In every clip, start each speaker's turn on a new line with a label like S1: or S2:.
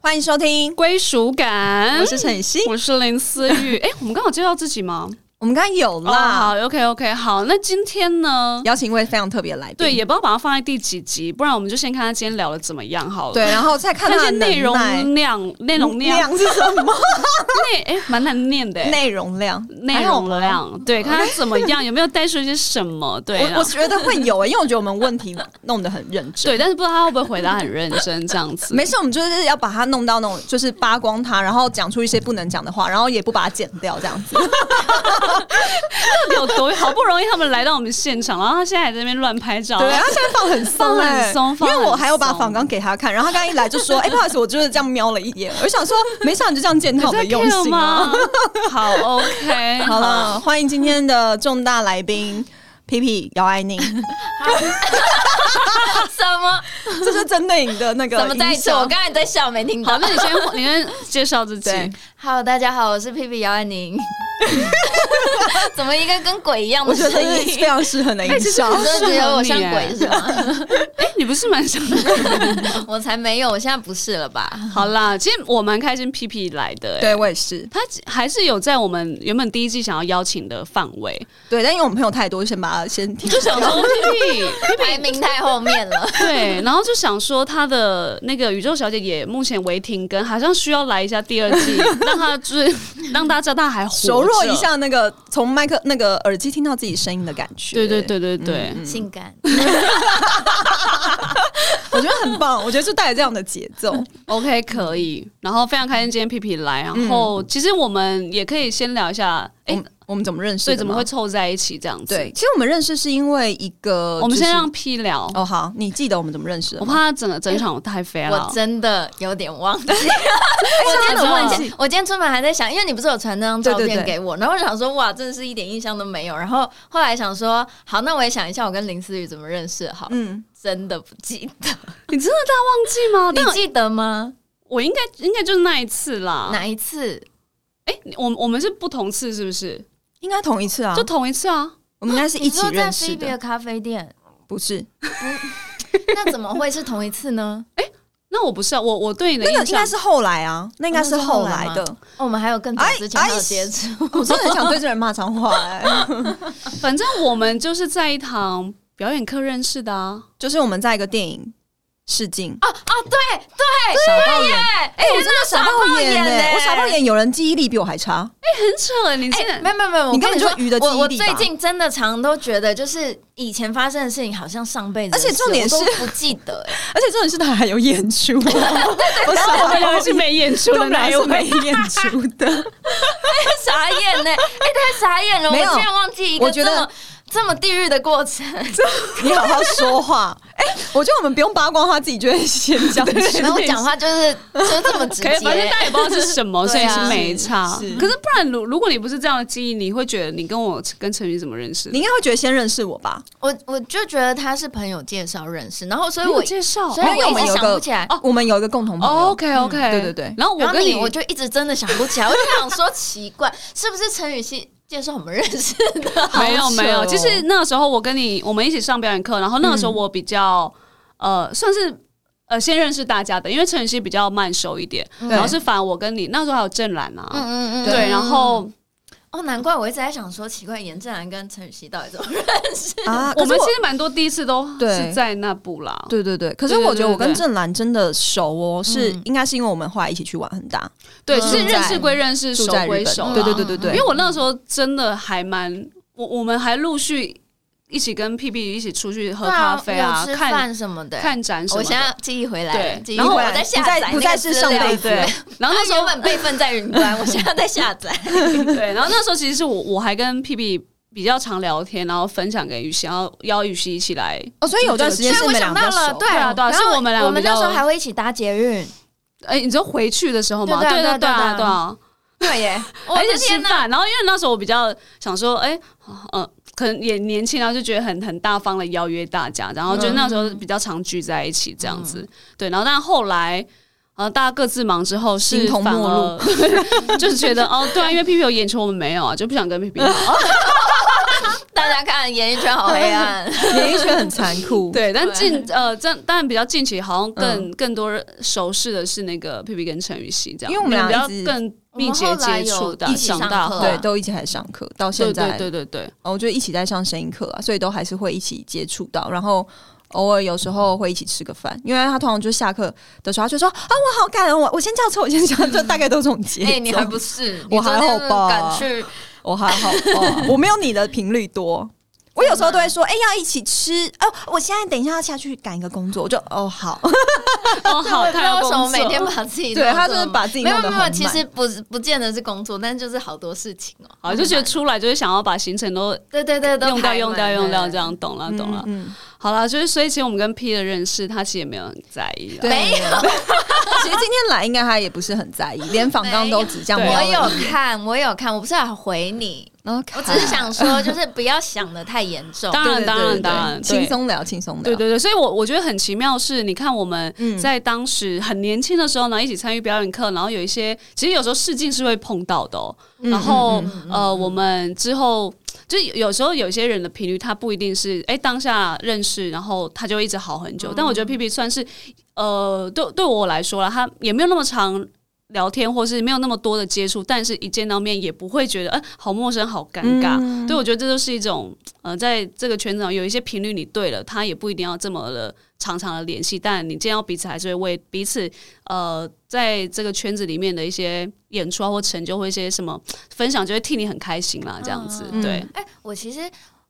S1: 欢迎收听。
S2: 归属感。
S1: 我是陈曦，
S2: 我是林思玉。 哎、我们刚好介绍自己吗？
S1: 我们刚刚有
S2: 哦，
S1: 啦，
S2: 好，OK OK，好。那今天呢？
S1: 邀请一位非常特别的来宾，
S2: 对，也不知道把它放在第几集，不然我们就先看他今天聊的怎么样好了。
S1: 对，，然后再看
S2: 看
S1: 他
S2: 些
S1: 的
S2: 内容量、内容量、
S1: 量是什 么？
S2: 内哎，蛮难念的。
S1: 嗯内容量，
S2: 内容量，对，看他怎么样，有没有带出一些什么？对，啊然
S1: 我
S2: 后
S1: 我觉得会有、欸因为我觉得我们问题弄得很认真。
S2: 对，但是不知道他会不会回答很认真这样子。
S1: 没事，我们就是要把它弄到那种，就是扒光它，然后讲出一些不能讲的话，然后也不把它剪掉，这样子。
S2: 到底有多好不容易他们来到我们现场，然后他现在还在那边乱拍照，
S1: 对，他啊现在放很松、
S2: 放很
S1: 哎
S2: 松放
S1: 因为
S2: 很
S1: 我还有把
S2: 松
S1: 仿纲给他看，然后他刚一来就说：“哎、不好意思，我就是这样瞄了一眼。”我就想说，没事，你就这样检
S2: 你
S1: 讨我
S2: 在
S1: 的用
S2: care
S1: 心啊。
S2: 吗？好，OK，
S1: 好了，欢迎今天的重大来宾皮皮姚爱 宁，
S3: 什么？
S1: 这是针对你的那个
S3: 怎么再一次？
S1: 影响
S3: 我刚才在笑，没听
S2: 好，那
S3: 到。
S2: 你先，你先介绍自己。
S1: 对
S3: 好，大家好，我是 P P 姚爱宁。 怎么一个跟鬼一样
S1: 我
S3: 的
S1: 觉得
S3: 声
S1: 这是非
S3: 音？
S1: 常适合的
S2: 哎
S1: 音
S2: 其实
S1: 效
S2: 我。
S3: 你真的觉得我像鬼是吗？
S2: 哎、你不是蛮想？
S3: 我才没有，我现在不是了吧？
S2: 好啦，其实我蛮开心 P P 来的、哎，
S1: 对我也是，
S2: 他还是有在我们原本第一季想要邀请的范围，
S1: 对，但因为我们朋友太多，就先把它先停。
S2: 就想说 P P
S3: 排名太后面 了。
S2: 对，然后就想说他的那个宇宙小姐也目前为停更，好像需要来一下第二季，让他就是让大家知道他还活着
S1: 熟络一。下那个从麦克那个耳机听到自己声音的感觉。
S2: 对对对对对，
S1: 嗯
S3: 性感，
S1: 我觉得很棒，我觉得就带着这样的节奏。
S2: OK，可以。然后非常开心今天屁屁来，
S1: 嗯
S2: 然后其实我们也可以先聊一下，
S1: 我
S2: 哎、
S1: 们我们怎么认识？
S2: 所以怎么会？凑在一起这样子？
S1: 对，，其实我们认识是因为一个，
S2: 我们先
S1: 就是
S2: 让 P 聊。
S1: 哦好，你记得我们怎么认识的
S2: 我
S1: 吗？
S2: 怕他整个整场太啊飞
S3: 我
S2: 了。
S3: 真的有点忘记。
S1: 我哎真的
S2: 真的
S1: 忘
S2: 忘
S1: 记，
S3: 我今天出门还在想，因为你不是有传那张照
S1: 对对
S3: 片
S1: 对
S3: 给我，然后我想说哇，真的是一点印象都没有。然后后来想说，好，那我也想一下我跟林思雨怎么认识好了，
S1: 嗯，
S3: 真的不记得，
S2: 你真的大忘记吗？但
S3: 你记得吗？
S2: 我应该应该就是那一次啦。
S3: 哪一次？
S2: 哎、我我们是不同次是不是？
S1: 应该同一次啊，
S2: 就同一次啊。
S1: 我们应该是一
S3: 你
S1: 起
S3: 说在
S1: 认识
S3: Phoebe
S1: 的
S3: 的，咖啡店，
S1: 不是？
S3: 那怎么会是同一次 呢？
S2: 那我不是啊，我我对你的
S1: 那个
S2: 印
S1: 应
S2: 象
S1: 该是后来啊，那应该是后来
S3: 那
S1: 的
S3: 是。哦我们还有更早之前还有接触，
S1: 我 真的很想对这人骂脏话、哎，
S2: 反正我们就是在一堂表演课认识的啊。
S1: 就是我们在一个电影试镜啊，
S3: 对
S1: 傻爆眼，
S3: 哎、
S1: 我真的傻爆眼
S3: 呢、
S1: 哎、我傻爆。眼，有人记忆力比我还差，
S2: 很扯，你
S3: 哎、
S2: 竟然、
S3: 没有没有没有，我
S1: 你
S3: 跟
S1: 根本
S3: 说
S1: 就鱼的记忆力吧
S3: 我我最近真的常都觉得，就是以前发生的事情，好像上辈子的事，
S1: 而且重点是
S3: 我都不记得、哎
S1: 而且重点是他还有演出， 我傻
S2: 我
S1: 爆
S2: 们两个
S1: 眼
S2: 是没演出
S1: 我
S2: 的，
S1: 们俩
S2: 哪
S1: 是
S2: 有
S1: 没
S2: 没？
S1: 演出的，
S3: 傻眼呢、哎、太傻眼了，我
S1: 没有
S3: 竟然忘记一个
S1: 我觉
S3: 这
S1: 得
S3: 么这么地狱的 过程。
S1: 你好好说话。 哎、我觉得我们不用扒光他自己，就会先讲出来。
S3: 然后我讲话就是就是这么直
S2: 可以，反正
S3: 接。
S2: 大家也不知道是 什么，所
S3: 对
S2: 以
S3: 啊
S2: 是没差。
S1: 是是
S2: 可是不然，如如果你不是这样的记忆，你会觉得你跟我跟陈宇怎么认识的？
S1: 你应该会觉得先认识我吧？
S3: 我我就觉得他是朋友介绍认识，然后所以
S2: 没有
S3: 我
S2: 介绍
S3: 所以
S1: 因为我们有一
S3: 我一直想
S1: 个
S3: 不起来
S1: 哦，我们有一个共同朋友。
S2: OK OK，、
S1: 对对对
S2: 然后
S3: 然
S2: 我
S3: 后
S2: 跟
S3: 你，
S2: 你，
S3: 我就一直真的想不起来，我就想说奇怪，是不是陈雨希介绍我们认识的？
S2: 没有
S1: 好扯哦
S2: 没有，其实那个时候我跟你我们一起上表演课，然后那个时候
S1: 嗯
S2: 我比较、呃算是。呃，先认识大家的，因为陈雨希比较慢熟一点，
S1: 对
S2: 然后是反而我跟你那时候还有郑兰啊，
S3: 嗯嗯
S2: 对，然后
S3: 哦，难怪我一直在想说奇怪，严正兰跟陈雨希到底怎么认识？
S1: 啊，可
S2: 我
S1: 是
S2: 们其实蛮多第一次都
S1: 对
S2: 是在那部啦，
S1: 对对对，可是
S2: 对对
S1: 我觉得
S2: 对
S1: 我跟
S2: 对
S1: 郑兰真的熟哦，是
S3: 嗯
S1: 应该是因为我们后来一起去玩很大，
S2: 对，
S3: 嗯
S2: 就是认识归认识，
S1: 住
S2: 熟
S1: 在日
S2: 归
S1: 本，
S2: 熟啦，
S1: 对对对对对，
S2: 因为我那个时候真的还蛮，我我们还陆续一起跟 P P 一起出去喝咖啡啊，
S3: 对有吃
S2: 看
S3: 饭什么的。
S2: 看展什么
S3: 我
S2: 的。
S3: 现在记忆回来了，
S2: 对
S3: 记忆
S2: 然
S3: 回
S2: 后
S3: 来了我在
S1: 不
S3: 下
S1: 再
S3: 载那个
S1: 不再是
S3: 资料
S1: 上辈 子
S2: 对，然后那时
S3: 它
S2: 候
S3: 原本备份在云端，我现在在下 载。
S2: 对，然后那时候其实是我我还跟 P P 比较常聊天，然后分享给雨欣，然后邀雨欣一起来。
S1: 哦，所以有段时间
S3: 对，
S1: 是
S3: 我
S1: 们俩
S3: 想
S1: 比较
S3: 到了，
S1: 熟，
S2: 啊
S3: 啊，
S2: 对啊
S3: 然后
S2: 是我们两个
S3: 我们
S2: 比较
S3: 那时候还会一起搭捷运，
S2: 哎、你知道回去的时候嘛，
S3: 对对
S2: 对
S3: 啊
S2: 对
S3: 对
S2: 啊
S3: 啊
S2: 对啊，
S3: 对耶，我
S2: 而且
S3: 的
S2: 吃
S3: 天哪！
S2: 饭，然后因为那时候我比较想说，哎、呃，可能也年轻，然后就觉得很很大方的邀约大家，然后就那时候比较常聚在一起这样子，对，然后但后来。呃，大家各自忙之后是
S1: 形同
S2: 反
S1: 陌
S2: 而 就是觉得哦，对啊，因为 P P 有演出，我们没有啊，就不想跟 P P 好。
S3: 大家看演艺圈好黑 暗，
S4: 演艺圈很残酷，
S2: 对，但近呃，这当然比较近期，好像
S3: 嗯
S2: 更、更多人熟识的是那个皮皮跟陈雨希这样，
S1: 因为我们俩
S2: 比较
S1: 一直
S2: 更密切接触
S3: 我们后
S2: 的
S3: 来有，一起
S2: 长
S3: 上
S2: 大
S3: 课
S2: 后，
S3: 啊
S2: 对
S1: 对，都一起来上课，到现
S2: 对
S1: 在，
S2: 对对对 对，
S1: 哦，我就一起在上声音课啊，所以都还是会一起接触到，然后偶尔有时候会一起吃个饭，因为他通常就下课的时候，他就说啊，我好感人，我我先叫车，我先叫车，就大概都这种节奏。
S3: 哎、你还不是？
S1: 我还好吧
S3: 你昨天敢去？
S1: 我还好吧，我没有你的频率多。我有时候都会说，哎、要一起吃哦！我现在等一下要下去赶一个工作，我就哦好，
S2: 哦，好，
S3: 我也不
S2: 他
S3: 知道
S2: 要
S3: 为什么
S2: 工作
S3: 每天把自己弄
S1: 对
S3: 这么
S1: 他就是把自己
S3: 没有
S1: 弄
S3: 没
S1: 得
S3: 有
S1: 很
S3: 没有，
S1: 满
S3: 其实不是不见得是工作，但就是好多事情哦。
S2: 好，就觉得出来就是想要把行程都
S3: 对对对， 都
S2: 用掉
S3: 排
S2: 用掉
S3: 满
S2: 用掉，
S3: 了
S2: 这样懂了懂了。
S1: 嗯，嗯
S2: 好了，就是所以其实我们跟 P 的认识，他其实也没有很在意啦。
S1: 对
S3: 没有。
S1: 其实今天来应该他也不是很在意，连访纲都只这样
S2: 没
S1: 瞄
S3: 我
S1: 而已。
S3: 有看，我有看，我不是还回你，
S1: 我
S3: 我只是想说，就是不要想的太严重。
S2: 当然当然当然，对
S1: 轻松聊轻松聊，
S2: 对对对，所以我我觉得很奇妙是，你看我们
S1: 嗯
S2: 在当时很年轻的时候呢，一起参与表演课，然后有一些其实有时候试镜是会碰到的、哦，
S1: 嗯，
S2: 然后、
S1: 嗯嗯
S2: 呃，我们之后就是有有时候有些人的频率，他不一定是哎、当下认识，然后他就一直好很
S1: 嗯
S2: 久。但我觉得 P P 算是呃，对对我来说啦，他也没有那么长聊天，或是没有那么多的接触，但是一见到面也不会觉得哎、好陌生，好尴尬。
S1: 嗯
S2: 对，我觉得这就是一种呃，在这个圈子上有一些频率你对了，他也不一定要这么的常常的联系，但你见到彼此还是会为彼此呃，在这个圈子里面的一些演出啊或成就或一些什么分享，就会替你很开心啦，这样子、
S1: 嗯
S2: 对，
S3: 哎、我其实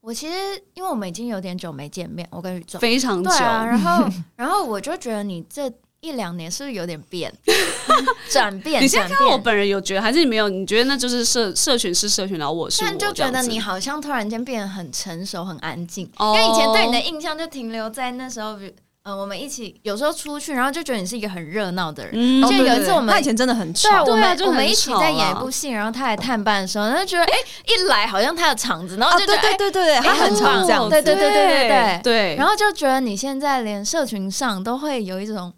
S3: 我其实因为我们已经有点久没见面，我跟宇宙
S2: 非常久。
S3: 对啊，然后然后我就觉得你这一两年是不是有点 变转变？
S2: 你现在
S3: 转
S2: 看到我
S3: 变
S2: 本人有觉得还是你没有？你觉得那就是社社群是社群，然后我是我，
S3: 但就觉
S2: 这
S3: 得
S2: 样子
S3: 你好像突然间变得很成熟、很安静，
S2: 哦
S3: 因为以前对你的印象就停留在那时候，比嗯、我们一起有时候出去，然后就觉得你是一个很热闹的人。
S2: 嗯
S3: 就有一次我们
S1: 他以前真的很
S3: 对啊，
S1: 吵，
S3: 我
S2: 对
S3: 们、
S2: 啊就
S3: 我
S2: 很
S3: 们一起
S2: 吵
S3: 在演一
S2: 啦
S3: 部戏，然后他来探班的时候，然后就觉得哎、一来好像他的场子，然后
S1: 啊
S3: 就
S1: 对
S3: 觉得、
S1: 对
S3: 哎
S1: 对对对，他很常这样子，
S2: 哦
S3: 对对对对对对
S2: 对，
S3: 然
S2: 后
S3: 后就觉得你现在连社群上都会有一种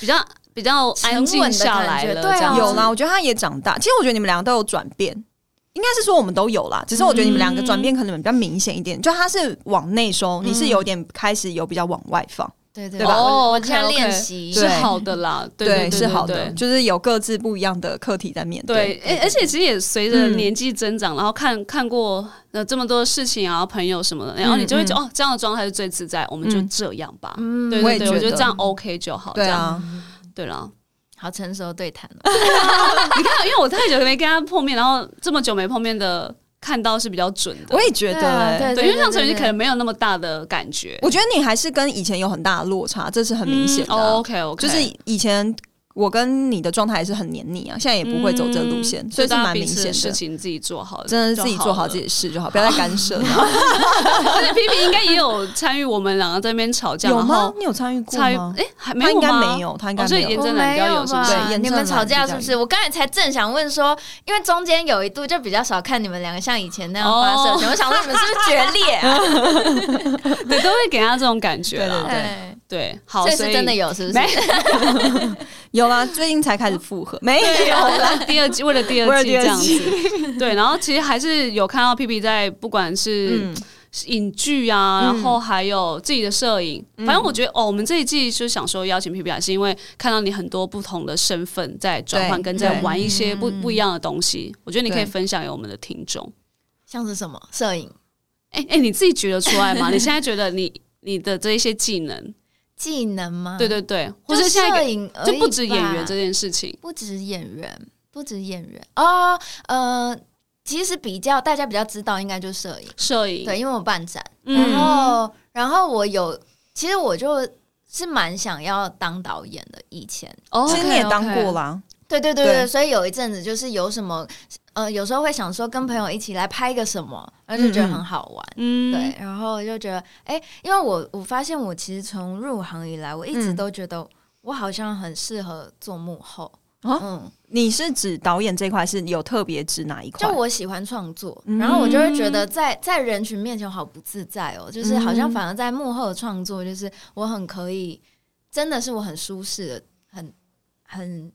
S2: 比较比较安
S3: 沉稳
S2: 静
S3: 的
S2: 下
S3: 感
S2: 来
S3: 觉
S2: 了，
S3: 对啊
S2: 这样子
S1: 有啦，我觉得他也长大。其实我觉得你们两个都有转变，应该是说我们都有啦。只是我觉得你们两个转
S2: 嗯
S1: 变可能比较明显一点，就他是往内收，你是有点开始有比较往外放，
S3: 对对
S1: 对吧
S3: 我
S2: 哦
S3: 我这样
S2: OK，OK
S3: 练习
S2: 是
S1: 对
S2: 好的啦，对对，
S1: 是好的，
S2: 对
S1: 就是有各自不一样的课题在面
S2: 对，
S1: 对。
S2: 而而且其实也随着
S1: 嗯
S2: 年纪增长，然后看看过呃这么多事情啊，朋友什么的，然后
S1: 嗯
S2: 你就会觉得、哦，这样的状态是最自在，我们就
S1: 嗯
S2: 这样吧。
S3: 嗯
S2: 对
S1: 我
S2: 对
S1: 也
S2: 对，
S1: 觉
S2: 我觉得
S1: 得
S2: 这样 OK 就好。
S1: 对
S2: 这样，
S1: 啊，
S2: 对啦。
S3: 好成熟的对谈哦。
S2: 你看，因为我太久没跟他碰面，然后这么久没碰面的，看到是比较准的
S1: 我。也觉得、欸
S3: 对啊
S2: 对，因为像陈宇
S3: 对对
S2: 可能没有那么大的感觉，
S1: 我觉得你还是跟以前有很大的落差，这是很明显的啊、
S2: OK 嗯哦 OK，
S1: 就是以前我跟你的状态还是很黏腻啊，现在也不会走这个路
S2: 嗯
S1: 线，所以是蛮明显
S2: 事
S1: 的。
S2: 情自己做好，
S1: 真的是自己做好自己。的事就好，不要再干涉 了。
S2: 而且 P P 应该也有参与我们两个在那边吵架，
S1: 有
S2: 然
S1: 吗
S2: 后？
S1: 你有参与过
S2: 参与
S1: 吗？
S2: 哎，还没
S1: 他
S2: 有
S1: 应该
S2: 吗
S1: 没有，他应该
S2: 哦所以
S1: 没有。
S2: 也严正男比较有
S3: 我
S2: 是不
S1: 是
S3: 没有吧
S1: 对严
S3: 你们
S1: 正男
S3: 吵架
S1: 比
S3: 是
S1: 较
S3: 不是？
S1: 有
S3: 我刚才才正想问说，因为中间有一度就比较少看你们两个像以前那样发
S2: 哦
S3: 社群，我想问你们是不是决裂啊？
S2: 对，都会给他这种感觉啦。
S1: 对
S3: 对，
S2: 对，好，
S3: 所以
S2: 所
S3: 是真的有，是不是？
S2: 没
S1: 有啦，最近才开始复合，没
S2: 对
S1: 有
S3: 啊
S1: 啊
S2: 有啦第二季为了第
S1: 为了
S2: 二季
S1: 第二
S2: 这样
S1: 季
S2: 子，对，然后其实还是有看到 P P 在不管是
S1: 嗯，
S2: 影剧啊，然
S1: 嗯
S2: 后还有自己的摄影，反正我觉得哦，我们这一季就想说邀请 P P 来，是因为看到你很多不同的身份在转换，
S1: 对
S2: 跟在
S1: 对
S2: 玩一些不不一样的东西，我觉得你可以
S1: 对
S2: 分享给我们的听众。
S3: 像是什么摄影
S2: 哎哎，你自己觉得出来 吗？你现在觉得你你的这一些技能，
S1: 嗯
S3: 技能吗？
S2: 对，对对，或
S3: 就
S2: 者现
S3: 摄
S2: 在
S3: 影而已
S2: 就不止演员
S3: 吧
S2: 这件事情。
S3: 不止演员，不止演员哦，呃，其实比较大家比较知道应该就是摄影，
S2: 摄影，
S3: 对，因为我办展，
S2: 嗯
S3: 然后然后我有，其实我就是蛮想要当导演的，以前，
S2: 哦
S1: 其实你也当过啦，
S3: 对对对对，
S1: 对
S3: 所以有一阵子就是有什么，呃，有时候会想说跟朋友一起来拍个什么，然后就觉得
S1: 嗯嗯
S3: 很好玩。
S2: 嗯
S3: 对，，然后就觉得，哎、因为我我发现我其实从入行以来，我一直
S1: 嗯
S3: 都觉得我好像很适合做幕后，
S1: 哦
S3: 嗯，
S1: 你是指导演这一块是有特别指哪一块？
S3: 就我喜欢创作，
S1: 嗯
S3: 然后我就会觉得在在人群面前我好不自在哦，就是好像反而在幕后的创作，就是我很可以，真的是我很舒适的，很很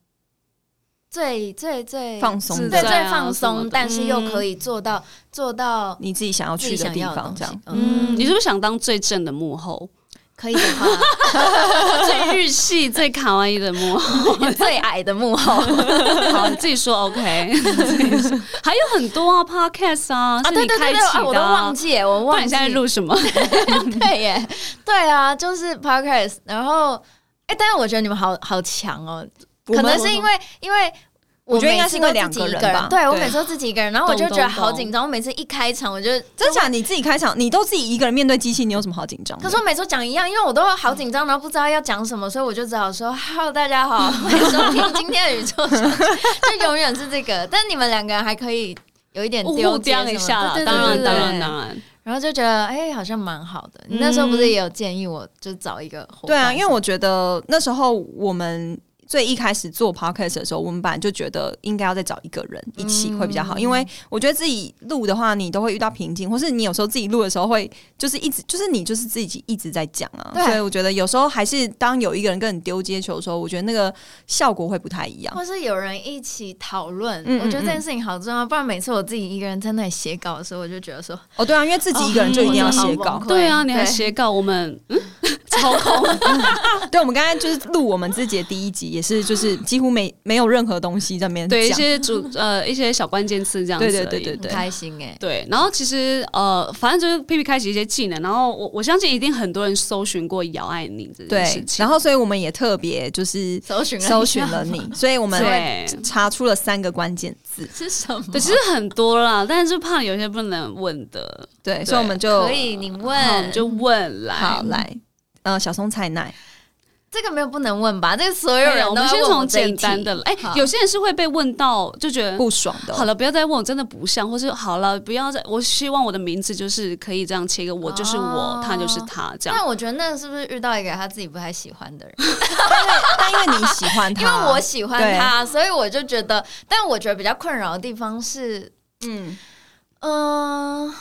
S3: 最最最
S1: 放松
S2: 自
S1: 的
S3: 对
S2: 在
S3: 最
S2: 啊
S3: 放
S2: 什么
S3: 松
S2: 的，
S3: 但是又
S2: 嗯
S3: 可以做到做到
S1: 你自己想要
S3: 自
S1: 去的
S3: 己想
S1: 地
S3: 要的
S1: 方，
S3: 东
S1: 这样
S3: 西。嗯，
S2: 你是不是想当最正的幕 后，
S3: 可以的话，
S2: 最日系、最卡哇伊的幕后？
S3: 最矮的幕后
S2: 啊好，你自己说 OK。自己说还有很多啊，Podcast 啊，
S3: 啊，
S2: 是
S3: 对
S2: 你
S3: 对
S2: 开
S3: 对
S2: 启的、
S3: 对，
S2: 啊
S3: 啊，我都忘记，我
S2: 不
S3: 忘
S2: 然
S3: 记
S2: 你现在录什么？
S3: 对耶， 对啊，就是 podcast，然后哎、但是我觉得你们好好强哦，可能是因为因为。
S1: 我觉得应该
S3: 每
S1: 是
S3: 次
S1: 因为
S3: 都
S1: 两
S3: 自己
S1: 个
S3: 一
S1: 人
S3: 个
S1: 吧
S3: 人，对我
S1: 对
S3: 每次都自己一个人，然后我就
S2: 懂
S3: 觉得
S2: 懂
S3: 好
S2: 懂
S3: 紧张。我每次一开场，我就
S1: 真假？你自己开场，你都自己一个人面对机器，你有什么好紧张的？
S3: 可是我每次都讲一样，因为我都好紧张，然后不知道要讲什么，所以我就只好说 “Hello，大家好， 欢迎收听今天的宇宙小姐”，就永远是这个。但你们两个人还可以有一点丢
S2: 互
S3: 接什
S2: 相
S3: 么
S2: 一下啦，
S3: 对对
S2: 当
S3: 对
S2: 然
S3: 对
S2: 当
S3: 对
S2: 然当然，
S3: 然后就觉得哎、好像蛮好的。你那时候不是也有建议我，就找一个伙伴
S1: 对啊，因为我觉得那时候我们最一开始做 podcast 的时候，我们本来就觉得应该要再找一个人一起会比较好，因
S2: 嗯
S1: 为我觉得自己录的话，你都会遇到瓶颈，或是你有时候自己录的时候会就是一直就是你就是自己一直在讲啊，
S3: 对
S1: 所以我觉得有时候还是当有一个人跟你丢接球的时候，我觉得那个效果会不太一样。
S3: 或是有人一起讨论，
S1: 嗯嗯
S3: 我觉得这件事情好重要。不然每次我自己一个人在那里写稿的时候，我就觉得说，
S1: 哦，对啊，因为自己一个人就一定要写稿
S3: 哦。嗯
S2: 对啊，
S3: 对
S2: 你还写稿，我们嗯，操控，
S1: 对，我们刚才就是录我们自己的第一集，也是就是几乎没没有任何东西在面
S2: 对一
S1: 讲。
S2: 些主呃一些小关键词这样子而
S1: 对对
S2: 已，
S1: 对对
S3: 很
S1: 对，
S3: 开心哎、
S2: 对，然后其实呃，反正就是 P P 开启一些技能，然后我我相信一定很多人搜寻过“姚爱你”这件事
S1: 对，
S2: 情。
S1: 然后所以我们也特别就是
S3: 搜寻一下
S1: 搜寻了你，所以我们
S2: 对
S1: 查出了三个关键字，
S3: 是什么？
S2: 对，其实很多啦，但是就怕有些不能问的，
S1: 对，所以我们就
S3: 可以，你
S2: 好，我们
S3: 问，
S2: 就问来。
S1: 好来，呃，小松菜奈，
S3: 这个没有不能问吧？这个所有
S2: 对，
S3: 人
S2: 我
S3: 都
S2: 们
S3: 在
S2: 先
S3: 问
S2: 从
S3: 这一
S2: 简单的
S3: 题
S2: 了。哎、
S3: 好
S2: 有些人是会被问到就觉得
S1: 不爽的，
S2: 嗯好，了，不要再问我，真的不像，或是好了，不要再，我希望我的名字就是可以这样切一个，我就是我，
S3: 哦
S2: 他就是他这样。
S3: 但我觉得那是不是遇到一个他自己不太喜欢的人？
S1: 但因为你喜欢
S3: 因为
S1: 他，
S3: 我喜欢他，所以我就觉得，但我觉得比较困扰的地方是，
S1: 嗯，
S3: 嗯、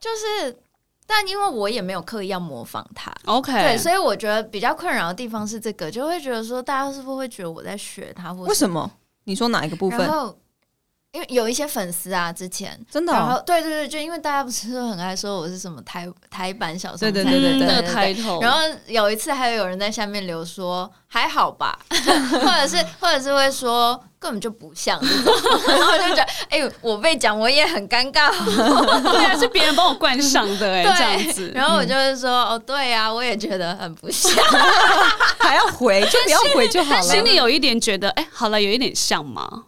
S3: 就是，但因为我也没有刻意要模仿他，
S2: OK，
S3: 对，所以我觉得比较困扰的地方是这个，就会觉得说大家是不是会觉得我在学他，或
S1: 为
S3: 是
S1: 什么？你说哪一个部分
S3: 然？后因为有一些粉丝啊，之前，
S1: 真的
S3: 然
S1: 哦，
S3: 后对对对，就因为大家不是都很爱说我是什么台台版小松菜，
S1: 对
S2: 嗯
S1: 对对对
S2: 那个开
S1: 哦
S2: 头，
S3: 然后有一次还有人在下面留说还好 吧，或者是或者是会说根本就不像这种，然后我就觉得哎、我被讲我也很尴 尬。
S2: 对啊，是别人帮我冠上的哎、这
S3: 对
S2: 样子。
S3: 然后我就会说、哦，对啊，我也觉得很不像。
S1: 还要回，就不要回就好
S2: 心
S1: 了。
S2: 里有一点觉得，哎、好了，有一点像嘛。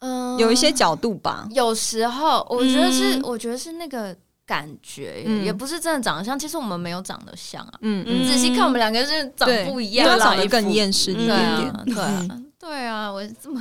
S3: 嗯，
S1: 有一些角度吧，
S3: 有时候我觉得是，
S2: 嗯
S3: 我觉得是那个感觉，
S1: 嗯
S3: 也不是真的长得像。其实我们没有长得像啊，
S1: 嗯
S2: 嗯
S1: 嗯，
S3: 仔细看我们两个就是长不一
S1: 因
S3: 样
S1: 为
S2: 对
S1: 他
S2: 啦
S1: 长得
S2: 一
S1: 更
S2: 副
S1: 厌世一
S2: 嗯
S3: 对
S1: 点
S3: 啊
S1: 点，，
S3: 对啊，对啊，我这么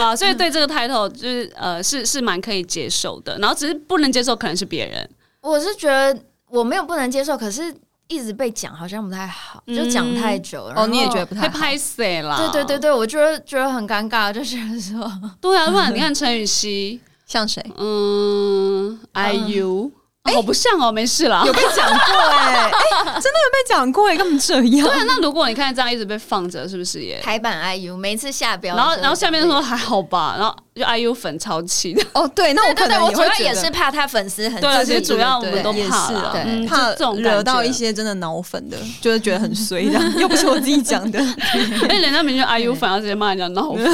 S2: 啊，所以 对这个 title 就是呃，是是蛮可以接受的。然后只是不能接受可能是别人，
S3: 我是觉得我没有不能接受，可是一直被讲好像不太好，
S2: 嗯
S3: 就讲太久。然后
S1: 哦，你也觉得？不
S2: 会
S1: 太好
S2: 拍谁啦？
S3: 对对对对，我觉得觉得很尴尬，就觉得说，
S2: 对啊，不然 你看陈雨希，
S1: 像谁？
S2: 嗯，IU，哦 好不像哦，没事啦。
S1: 哎有被讲过 哎，哎，真的有被讲过哎，干嘛这样
S2: 对？啊，那如果你看这样一直被放着，是不是也？
S3: 台版 IU 每一次下标，
S2: 然后，然后下面说还好吧，然后就 IU 粉超气的，
S1: 哦，对，那
S3: 对
S1: 我可
S3: 对对，
S1: 能
S3: 我主要
S1: 会觉
S3: 也
S1: 得
S3: 是怕他粉丝很
S2: 对啊，其
S3: 自
S2: 实
S3: 己
S2: 主要我们
S3: 对
S2: 都
S1: 也
S2: 怕
S1: 是啊
S2: 啦
S3: 对
S2: 嗯，
S1: 怕
S2: 就这种感觉
S1: 惹到一，些真的脑粉的，就是觉得很衰这样，又不是我自己讲的。
S2: 哎，人家明明就 IU 粉，然后直接骂人家脑粉。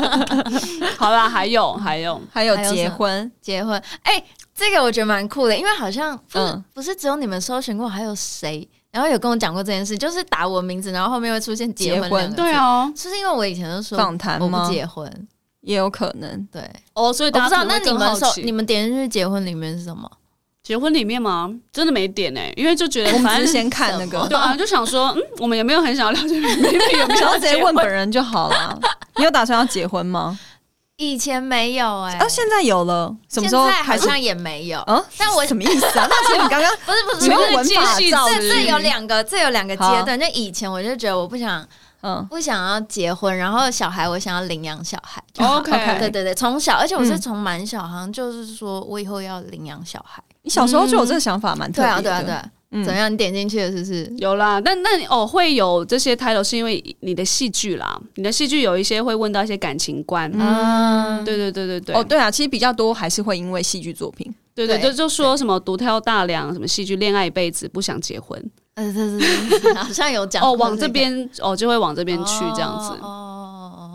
S2: 好啦，还有还有，
S1: 还有
S3: 还有
S1: 结
S3: 什么
S1: 婚，
S3: 结婚，哎、这个我觉得蛮酷的，因为好像不是、
S1: 嗯
S3: 不是只有你们搜寻过，还有谁，然后有跟我讲过这件事，就是打我名字，然后后面会出现结
S1: 结
S3: 婚
S1: 婚
S3: 两个字
S2: 对，哦，
S3: 就是因为我以前就说
S1: 访谈
S3: 我
S1: 吗
S3: 不结婚，
S1: 也有可能。
S3: 对，
S2: 哦，所以
S3: 我
S2: 大
S3: 不
S2: 家可能
S3: 知道。那
S2: 会
S3: 你
S2: 更
S3: 们
S2: 好
S3: 搜
S2: 奇
S3: 你们点进去结婚里面是什么？
S2: 结婚里面吗？真的没点哎、因为就觉得
S1: 我们
S2: 反
S1: 只是
S2: 正
S1: 先看那个
S2: 对，啊， 就想说，嗯，我们也没有很想要了解 Maybe 有 没有
S1: 然后
S2: 要
S1: 直接
S2: 结
S1: 问
S2: 婚。
S1: 本人就好了。你有打算要结婚吗？
S3: 以前没有哎、
S1: 啊，现在有了，什么时候
S3: 现在好
S1: 还是？
S3: 像也没有。
S1: 啊，
S3: 但我
S1: 什么意思啊？那其实你刚刚
S3: 不是不
S1: 请
S3: 是，
S1: 问文法照
S3: 这
S2: 是
S3: 这有两个，这有两个阶
S1: 好
S3: 段。就以前我就觉得我不想
S1: 嗯，
S3: 不想要结婚，然后小孩我想要领养小孩。
S2: OK，,
S3: 对对对，从小，而且我是
S1: 嗯
S3: 从蛮小，好像就是说我以后要领养小孩。
S1: 你小时候就有这个想法，蛮特
S3: 对
S1: 别
S3: 啊，
S1: 的。
S3: 对啊，对啊。
S1: 嗯
S3: 怎么样？你点进去了是不是？
S2: 有啦，但但哦，会有这些 title 是因为你的戏剧啦，你的戏剧有一些会问到一些感情观，
S3: 嗯，
S2: 对对对对对，
S1: 哦，对啊，其实比较多还是会因为戏剧作品，
S2: 对对，
S3: 对
S2: 就就说什么独挑大梁，什么戏剧恋爱一辈子不想结婚，
S1: 嗯
S3: 呃，对对对， 好像有讲
S2: 哦，
S3: 过
S2: 往这
S3: 个
S2: 边哦就会往这边去这样子
S3: 哦。哦哦哦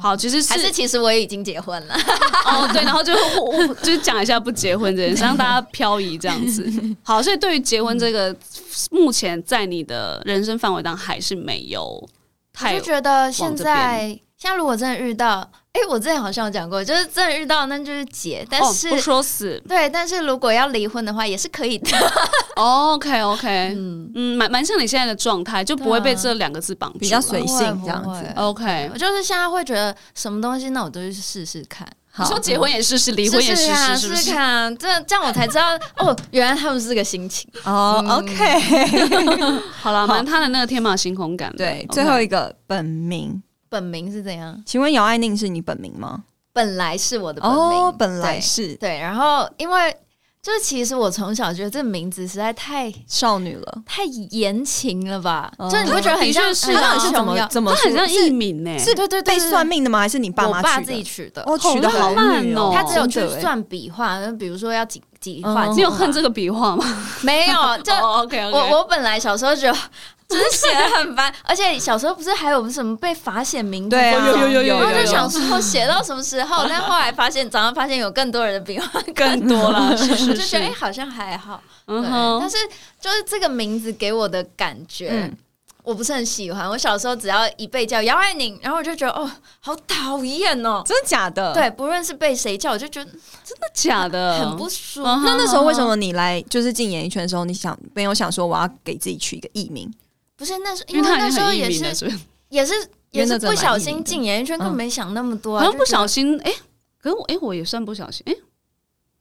S2: 好，其实是
S3: 还是其实我也已经结婚了，
S2: 哦，对，然后就 就是讲一下不结婚这件事，让大家漂移这样子。好，所以对于结婚这个，目前在你的人生范围当中还是没有
S3: 我
S2: 太
S3: 就觉得现
S2: 往这
S3: 在现在如果真的遇到，哎、我之前好像有讲过，就是真的遇到那就是结，但是、
S2: 哦、不说死。
S3: 对，但是如果要离婚的话也是可以的。
S2: 哦、OK OK，
S3: 嗯，啊
S2: 嗯，蛮蛮像你现在的状态，就不会被这两个字绑住了，
S1: 比较随性
S3: 不
S1: 这
S3: 会
S1: 样
S3: 不会
S1: 子。
S2: OK。
S3: 我就是现在会觉得什么东西，那我都去试试看，
S1: 好
S2: 你说结婚也试试，离婚也
S3: 试
S2: 试
S3: 试看，
S2: 是不
S3: 啊试试
S2: 是？
S3: 看，这这样我才知道哦，原来他们是这个心情。
S1: 哦、
S3: 嗯
S1: o k
S2: 好了，蛮他的那个天马行空感的。
S1: 对
S2: OK，
S1: 最后一个本名，
S3: 本名是怎样？
S1: 请问姚爱宁是你本名吗？
S3: 本来是我的本名，
S1: 哦，本来
S3: 对
S1: 是
S3: 对，然后因为就是其实我从小觉得这名字实在太
S1: 少女了，
S3: 太言情了吧？
S1: 哦
S3: 就是你会觉得很像，
S2: 的确是
S3: 很
S2: 啊
S3: 像
S1: 是怎
S3: 琼瑶
S1: 么怎么
S2: 他
S1: 说
S2: 很像艺名呢，
S1: 是
S3: 对对对
S1: 被
S3: 对
S1: 算命的吗？还是你爸
S3: 我
S1: 妈
S3: 爸
S1: 取
S3: 自
S1: 的
S3: 己取的。
S1: 哦，取的
S2: 好浪
S1: 好女
S2: 漫哦
S3: 他只有去
S1: 真的欸
S3: 算笔画，呃比如说要几几画。
S1: 嗯
S3: 几
S2: 你有
S3: 画
S2: 恨这个笔画吗？
S3: 没 有？就
S2: 哦，OK，OK、o k
S3: 我我本来小时候觉得 就是写的很烦，而且小时候不是还有什么被罚写名字
S1: 对啊
S3: 吗
S1: 有有有有
S3: 然后
S1: 有
S3: 就
S1: 有
S3: 想说写到什么时候，但后来发现早上发现有更多人的笔画，
S2: 更多了，是
S3: 我
S2: 是
S3: 就是觉得哎、，好像还好。对，
S2: 嗯
S3: 但
S2: 哼，
S3: 是就是这个名字给我的感觉，
S1: 嗯
S3: 我不是很喜欢。我小时候只要一被叫姚爱宁，然后我就觉得哦，好讨厌哦。
S1: 真的假的？
S3: 对，不论是被谁叫，我就觉得
S2: 假的，
S3: 很不舒服。
S2: 嗯哼
S1: 那那时候为什么你来就是进演艺圈的时候，你想没有想说我要给自己取一个艺名？
S3: 不是那时候，
S2: 因为
S3: 为
S2: 他
S3: 那
S2: 已
S3: 时
S2: 经
S3: 候
S2: 很艺
S3: 也
S2: 名了，
S3: 啊是
S2: 是不是？
S3: 也是也是
S1: 那真的
S3: 不
S1: 蛮
S3: 小
S1: 艺名
S3: 心
S1: 的
S3: 进演艺圈，根本没想那么
S2: 嗯
S3: 多、
S2: 好
S3: 啊，
S2: 像不小
S3: 心。
S2: 心，哎，可是我哎，我也算不小心，哎，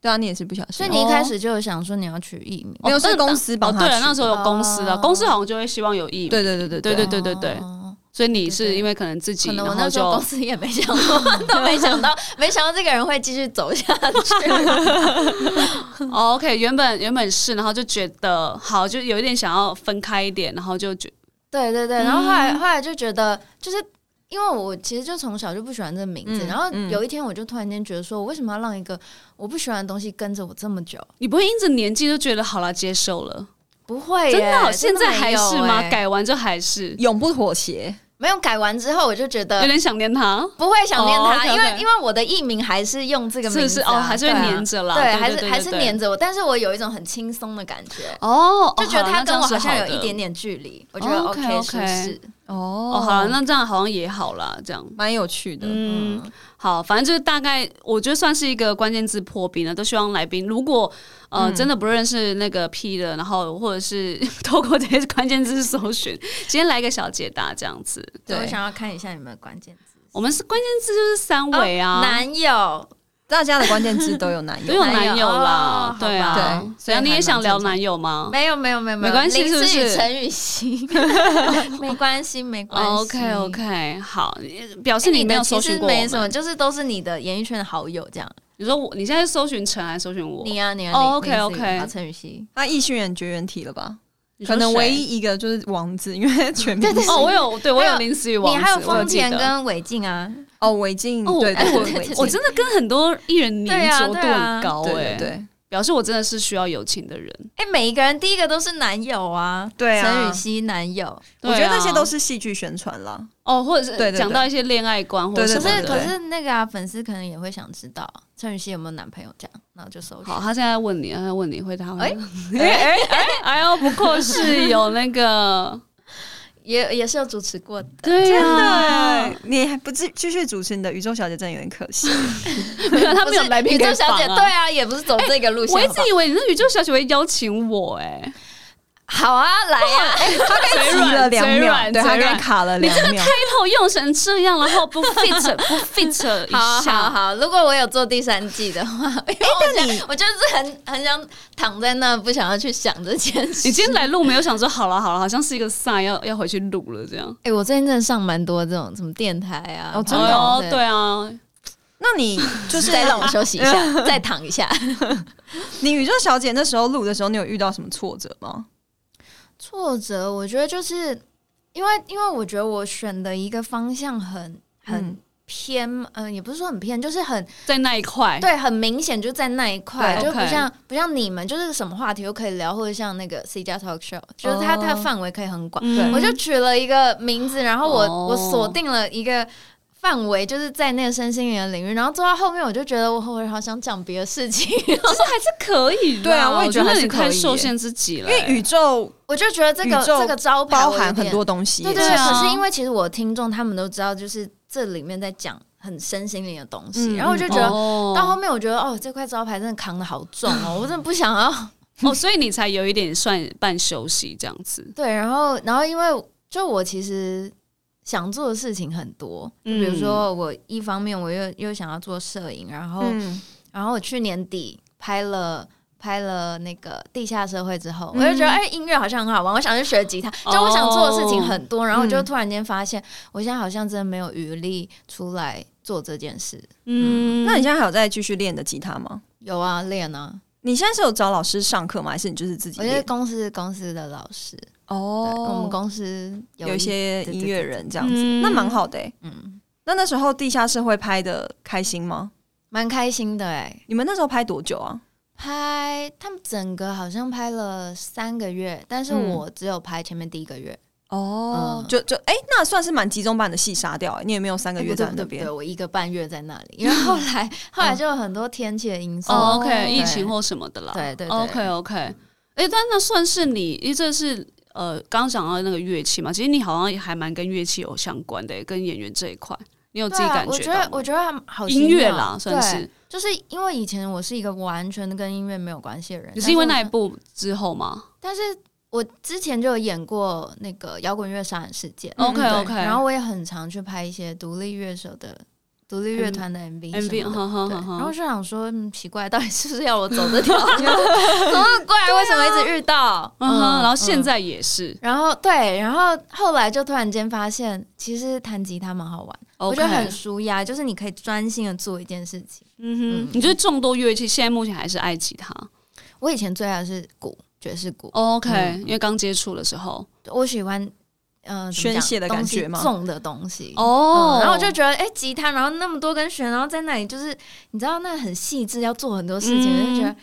S1: 对啊，你也是不小心
S3: 所以
S1: 啊，
S3: 你一开始就有想说你要取艺名，
S1: 没有
S2: 哦
S1: 是
S2: 但
S1: 公司帮
S2: 哦，
S1: 他
S2: 对了，
S1: 取
S2: 那时候有
S3: 的
S2: 公司的，
S3: 哦
S2: 公司好像就会希望有艺名，
S1: 对对对对
S2: 对对对对
S3: 哦
S2: 所以你是因为可能自己，
S3: 可能我
S2: 然
S3: 那
S2: 后
S3: 时候公
S2: 就
S3: 司也没想过，都没想到，没想到这个人会继续走下去。
S2: 哦 OK，原本哦原本是，然后就觉得好，就有一点想要分开一点，然后就觉
S3: 对对对，然后后来、
S2: 嗯
S3: 后来就觉得，就是因为我其实就从小就不喜欢这个名字，
S1: 嗯
S3: 然后
S1: 嗯
S3: 有一天我就突然间觉得，说我为什么要让一个我不喜欢的东西跟着我这么久？
S2: 你不会因着年纪就觉得好了，接受了，
S3: 不会耶，
S2: 真的哦，现
S3: 哎真
S2: 在还
S3: 没有哎
S2: 是吗？
S3: 耶
S2: 改完就还是，
S1: 永不妥协。
S3: 没有改完之后，我就觉
S2: 有
S3: 得
S2: 点想念他。
S3: 不会想念
S2: 哦
S3: 他，
S2: ，OK，OK
S3: 因为因为我的艺名还是用这个名字
S2: 是
S3: 啊、
S2: 是哦，还是会
S3: 对啊
S2: 黏着啦，
S3: 对，
S2: 对，
S3: 还
S2: 对
S3: 是还是
S2: 对
S3: 黏着我，但是我有一种很轻松的感觉，
S2: 哦，
S3: 就觉得他跟我好像有一点
S2: 点。
S3: 点距离，我觉得
S2: 哦
S3: OK
S2: ，OK，OK
S3: 舒适。
S1: 哦
S2: 哦，好了，那这样好像也好啦，这样。
S1: 蛮有趣的。
S2: 嗯，
S3: 嗯，
S2: 好，反正就是大概，我觉得算是一个关键字破冰了。都希望来宾，如果呃、
S3: 嗯
S2: 真的不认识那个 P 的，然后或者是 透过这些关键字搜寻，今天来一个小解答这样子。
S3: 对，我
S1: 对，
S3: 想要看一下你们的关键字。
S2: 我们是关键字就是三维啊，
S3: 哦男友，
S1: 大家的关键字都有啊男
S2: 都有
S1: 友，
S2: 男友啦
S3: 哦，
S2: 对
S3: 好
S1: 吧
S2: 啊
S1: 对，
S2: 怎样？
S1: 所以
S2: 你也
S1: 还
S2: 想
S1: 蛮
S2: 聊
S1: 正常
S2: 男友吗？
S3: 没有没有没有，
S2: 没关系
S3: 林思
S2: 是不
S3: 雨
S2: 是
S3: 陈雨欣， 没关系没关系。
S2: OK OK，好，表
S3: 哎
S2: 示哦你没有
S3: 的
S2: 搜
S3: 其
S2: 寻
S3: 实
S2: 过我
S3: 没
S2: 们
S3: 什么，就是都是你的演艺圈的好友这样。
S2: 你说我，你现在搜寻陈还是搜寻我？
S3: 你啊你啊，
S2: 哦
S3: 你林思雨
S2: OK，OK
S3: 好陈雨欣，
S1: 他异性缘绝缘体了吧？
S2: 你说
S1: 可能
S2: 谁
S1: 唯一一个就是王子，因为全名
S3: 对对
S2: 哦，我有对我
S3: 还有
S2: 有林思雨王
S3: 你
S2: 子，
S3: 还有
S2: 我
S3: 丰
S2: 记
S3: 田
S2: 得
S3: 跟韦静啊，
S1: 哦，韦静，
S2: 哦，
S1: 对
S2: 哎
S1: 对
S2: 我
S1: 对，
S2: 我
S1: 韦静
S2: 真，的跟很多艺人
S3: 对
S2: 粘
S3: 啊
S2: 着度
S3: 对啊
S2: 很高
S1: 对
S2: 哎
S1: 对，对
S2: 表示我真的是需要友情的人。
S3: 哎，每一个人第一个都是男友啊，
S1: 对啊
S3: 陈雨欣男友。
S1: 我觉得
S2: 对啊
S1: 那些都是戏剧宣传啦。
S2: 哦，或者
S1: 对
S2: 是
S1: 对
S2: 讲到一些恋爱观或
S1: 对对
S2: 什
S3: 可
S2: 么
S3: 是
S1: 对
S3: 可
S2: 的。
S3: 是那个啊，粉丝可能也会想知道陈雨欣有没有男朋友这样，然后就搜寻
S2: 好，。他现在问你，他在问你会他会
S3: 哎，
S2: 哎哎哎呦，不愧是有那个，
S3: 也也是有主持过的，
S2: 对啊呀，
S1: 对，你还不继继续主持你的宇宙小姐，真的有点可惜。
S2: 没有他没有
S3: 不是
S2: 来宾
S3: 宇
S2: 可
S3: 宙
S2: 以
S3: 小姐，
S2: 访
S3: 对
S2: 啊
S3: 啊，哎也不是走这个路线。
S2: 我一
S3: 好
S2: 直
S3: 不好
S2: 以为你那宇宙小姐会邀请我哎，
S3: 好啊，来呀、
S1: 他刚
S2: 嘴
S1: 急
S2: 软
S1: 了两
S2: 嘴
S1: 秒，
S2: 软
S1: 对
S2: 嘴
S1: 他刚
S2: 软
S1: 卡了
S2: 你
S1: 两
S2: 这个
S1: 秒
S2: 开。头用成这样，然后不 fit 不 fit 一
S3: 哎好啊好
S2: 下，
S3: 好，如果我有做第三季的话， 因为我
S1: 但
S3: 想
S1: 你
S3: 我就是很很想躺在那，不想要去想这件事。
S2: 你今天来录没有想说好了好了，好像是一个 sign 要要回去录了这样。
S3: 哎、我最近真的上蛮多这种什么电台啊，
S1: 哦真的哦
S2: 哎呦对啊，
S1: 那你就是啊
S3: 再让我休息一下， 再躺一下。
S1: 你宇宙小姐那时候录的时候，你有遇到什么挫折吗？
S3: 挫折，我觉得就是因为因为我觉得我选的一个方向很很
S1: 嗯
S3: 偏，嗯、也不是说很偏，就是很
S2: 在那一块，
S1: 哎
S3: 对，很明显就在那一块，
S2: 对
S3: 就不
S2: OK
S3: 像不像你们，就是什么话题都可以聊，或者像那个 C 加 Talk Show，就是它、它
S1: 哦
S3: 范围可以很广。
S2: 嗯
S3: 我就取了一个名字，然后我、
S2: 哦
S3: 我锁定了一个。范围就是在那个身心灵的领域，然后做到后面，我就觉得我我好想讲别的事情，
S2: 可以啦，
S1: 对啊我也觉
S2: 觉
S1: 得还
S2: 你
S1: 是可
S2: 太
S1: 以
S2: 受
S1: 耶
S2: 限自己
S1: 因
S2: 了
S1: 为
S2: 欸，
S1: 宇宙
S3: 我就觉得这个
S1: 宇宙
S3: 这个招牌
S1: 包
S3: 我有
S1: 含很
S3: 点
S1: 多东西耶，
S3: 对对对，
S2: 是啊
S3: 可是因为其实我听众他们都知道，就是这里面在讲很身心灵的东西，
S1: 嗯
S3: 然后我就觉得、
S2: 哦
S3: 到后面，我觉得哦，这块招牌真的扛的好重哦，我真的不想要。
S2: 哦，所以你才有一点算半休息这样子，
S3: 对，然后
S2: 嗯
S3: 然后因为就我其实想做的事情很多，就比如
S2: 嗯
S3: 说我一方面我又又想要做摄影，然后、
S1: 嗯，
S3: 然后我去年底拍了。拍了那个地下社会之后，我就觉得
S1: 嗯哦
S3: 哎、音乐好像很好玩，我想去学吉他。就我想做的事情很多，然后我就
S1: 嗯
S3: 突然间发现，我现在好像真的没有余力出来做这件事。
S2: 嗯，
S1: 那你现在还有在继续练的吉他吗？
S3: 有啊，练啊，
S1: 你现在是有找老师上课吗？还是你就是自己
S3: 我是
S1: 练？
S3: 公司公司的老师，对
S1: 哦
S3: 我们公司有
S1: 有一些
S3: 对对
S1: 音
S3: 对
S1: 乐人这样子，
S2: 嗯
S1: 那蛮好的、欸。
S3: 嗯，
S1: 那那时候地下社会拍的开心吗？
S3: 蛮开心的哎、
S1: 你们那时候拍多久啊？
S3: 拍他们整个好像拍了三个月，但是
S1: 嗯
S3: 我只有拍前面第一个月，
S1: 哦
S3: 嗯
S1: 就就哎、那算是蛮集中版的戏杀掉、欸，你也没有三
S3: 那
S1: 个月在那边
S3: 哎对，。我一个半月在那里，因为后 来后来就有很多天气的因素。
S2: 哦
S1: 哦
S2: ，OK，
S1: 对
S2: 疫情或什么的啦，
S3: 对对对
S2: o k OK，哎、诶但那算是你，因为这是呃，刚讲到那个乐器嘛，其实你好像也还蛮跟乐器有相关的、跟演员这一块，你有自
S3: 对
S2: 己
S3: 啊
S2: 感，
S3: 我
S2: 觉
S3: 觉
S2: 到吗
S3: 得我觉得好奇
S2: 音乐
S3: 妙
S2: 啦，算
S3: 对
S2: 是，
S3: 就是因为以前我是一个完全跟音乐没有关系的人，
S2: 你是因为那一
S3: 但是
S2: 部之后吗
S3: 我，但是我之前就有演过那个摇滚乐杀人事件
S1: 嗯
S2: ？OK
S1: 对
S2: OK，
S3: 然后我也很常去拍一些独立乐手的独立乐团的
S2: 嗯
S3: MV 什么的
S2: MV，哈哈
S3: 对，
S2: 哈
S3: 然后
S2: 哈
S3: 就，想说，嗯，奇怪，到底是不是要我走这条路？怎么那 么怪？为什么一直遇到？
S2: 嗯哼，然后现
S3: 嗯，
S2: 在也是，
S3: 然后对，然后后来就突然间发现，其实弹吉他蛮好玩，我
S2: OK
S3: 觉得很舒压，就是你可以专心的做一件事情。
S2: 嗯
S3: 嗯
S2: 哼，你觉得众多乐器现在目前还是爱吉他
S3: 我以前最爱的是鼓，爵士鼓，
S2: ？OK，、
S3: 嗯
S2: 因为刚接触的时候，
S3: 我喜欢。嗯、怎么讲
S1: 宣泄的感觉吗
S3: 东西重的东西
S2: 哦
S3: 嗯然后我就觉得，哎、吉他，然后那么多根弦，然后在那里就是，你知道，那很细致，要做很多事情，
S2: 嗯
S3: 我就觉得啊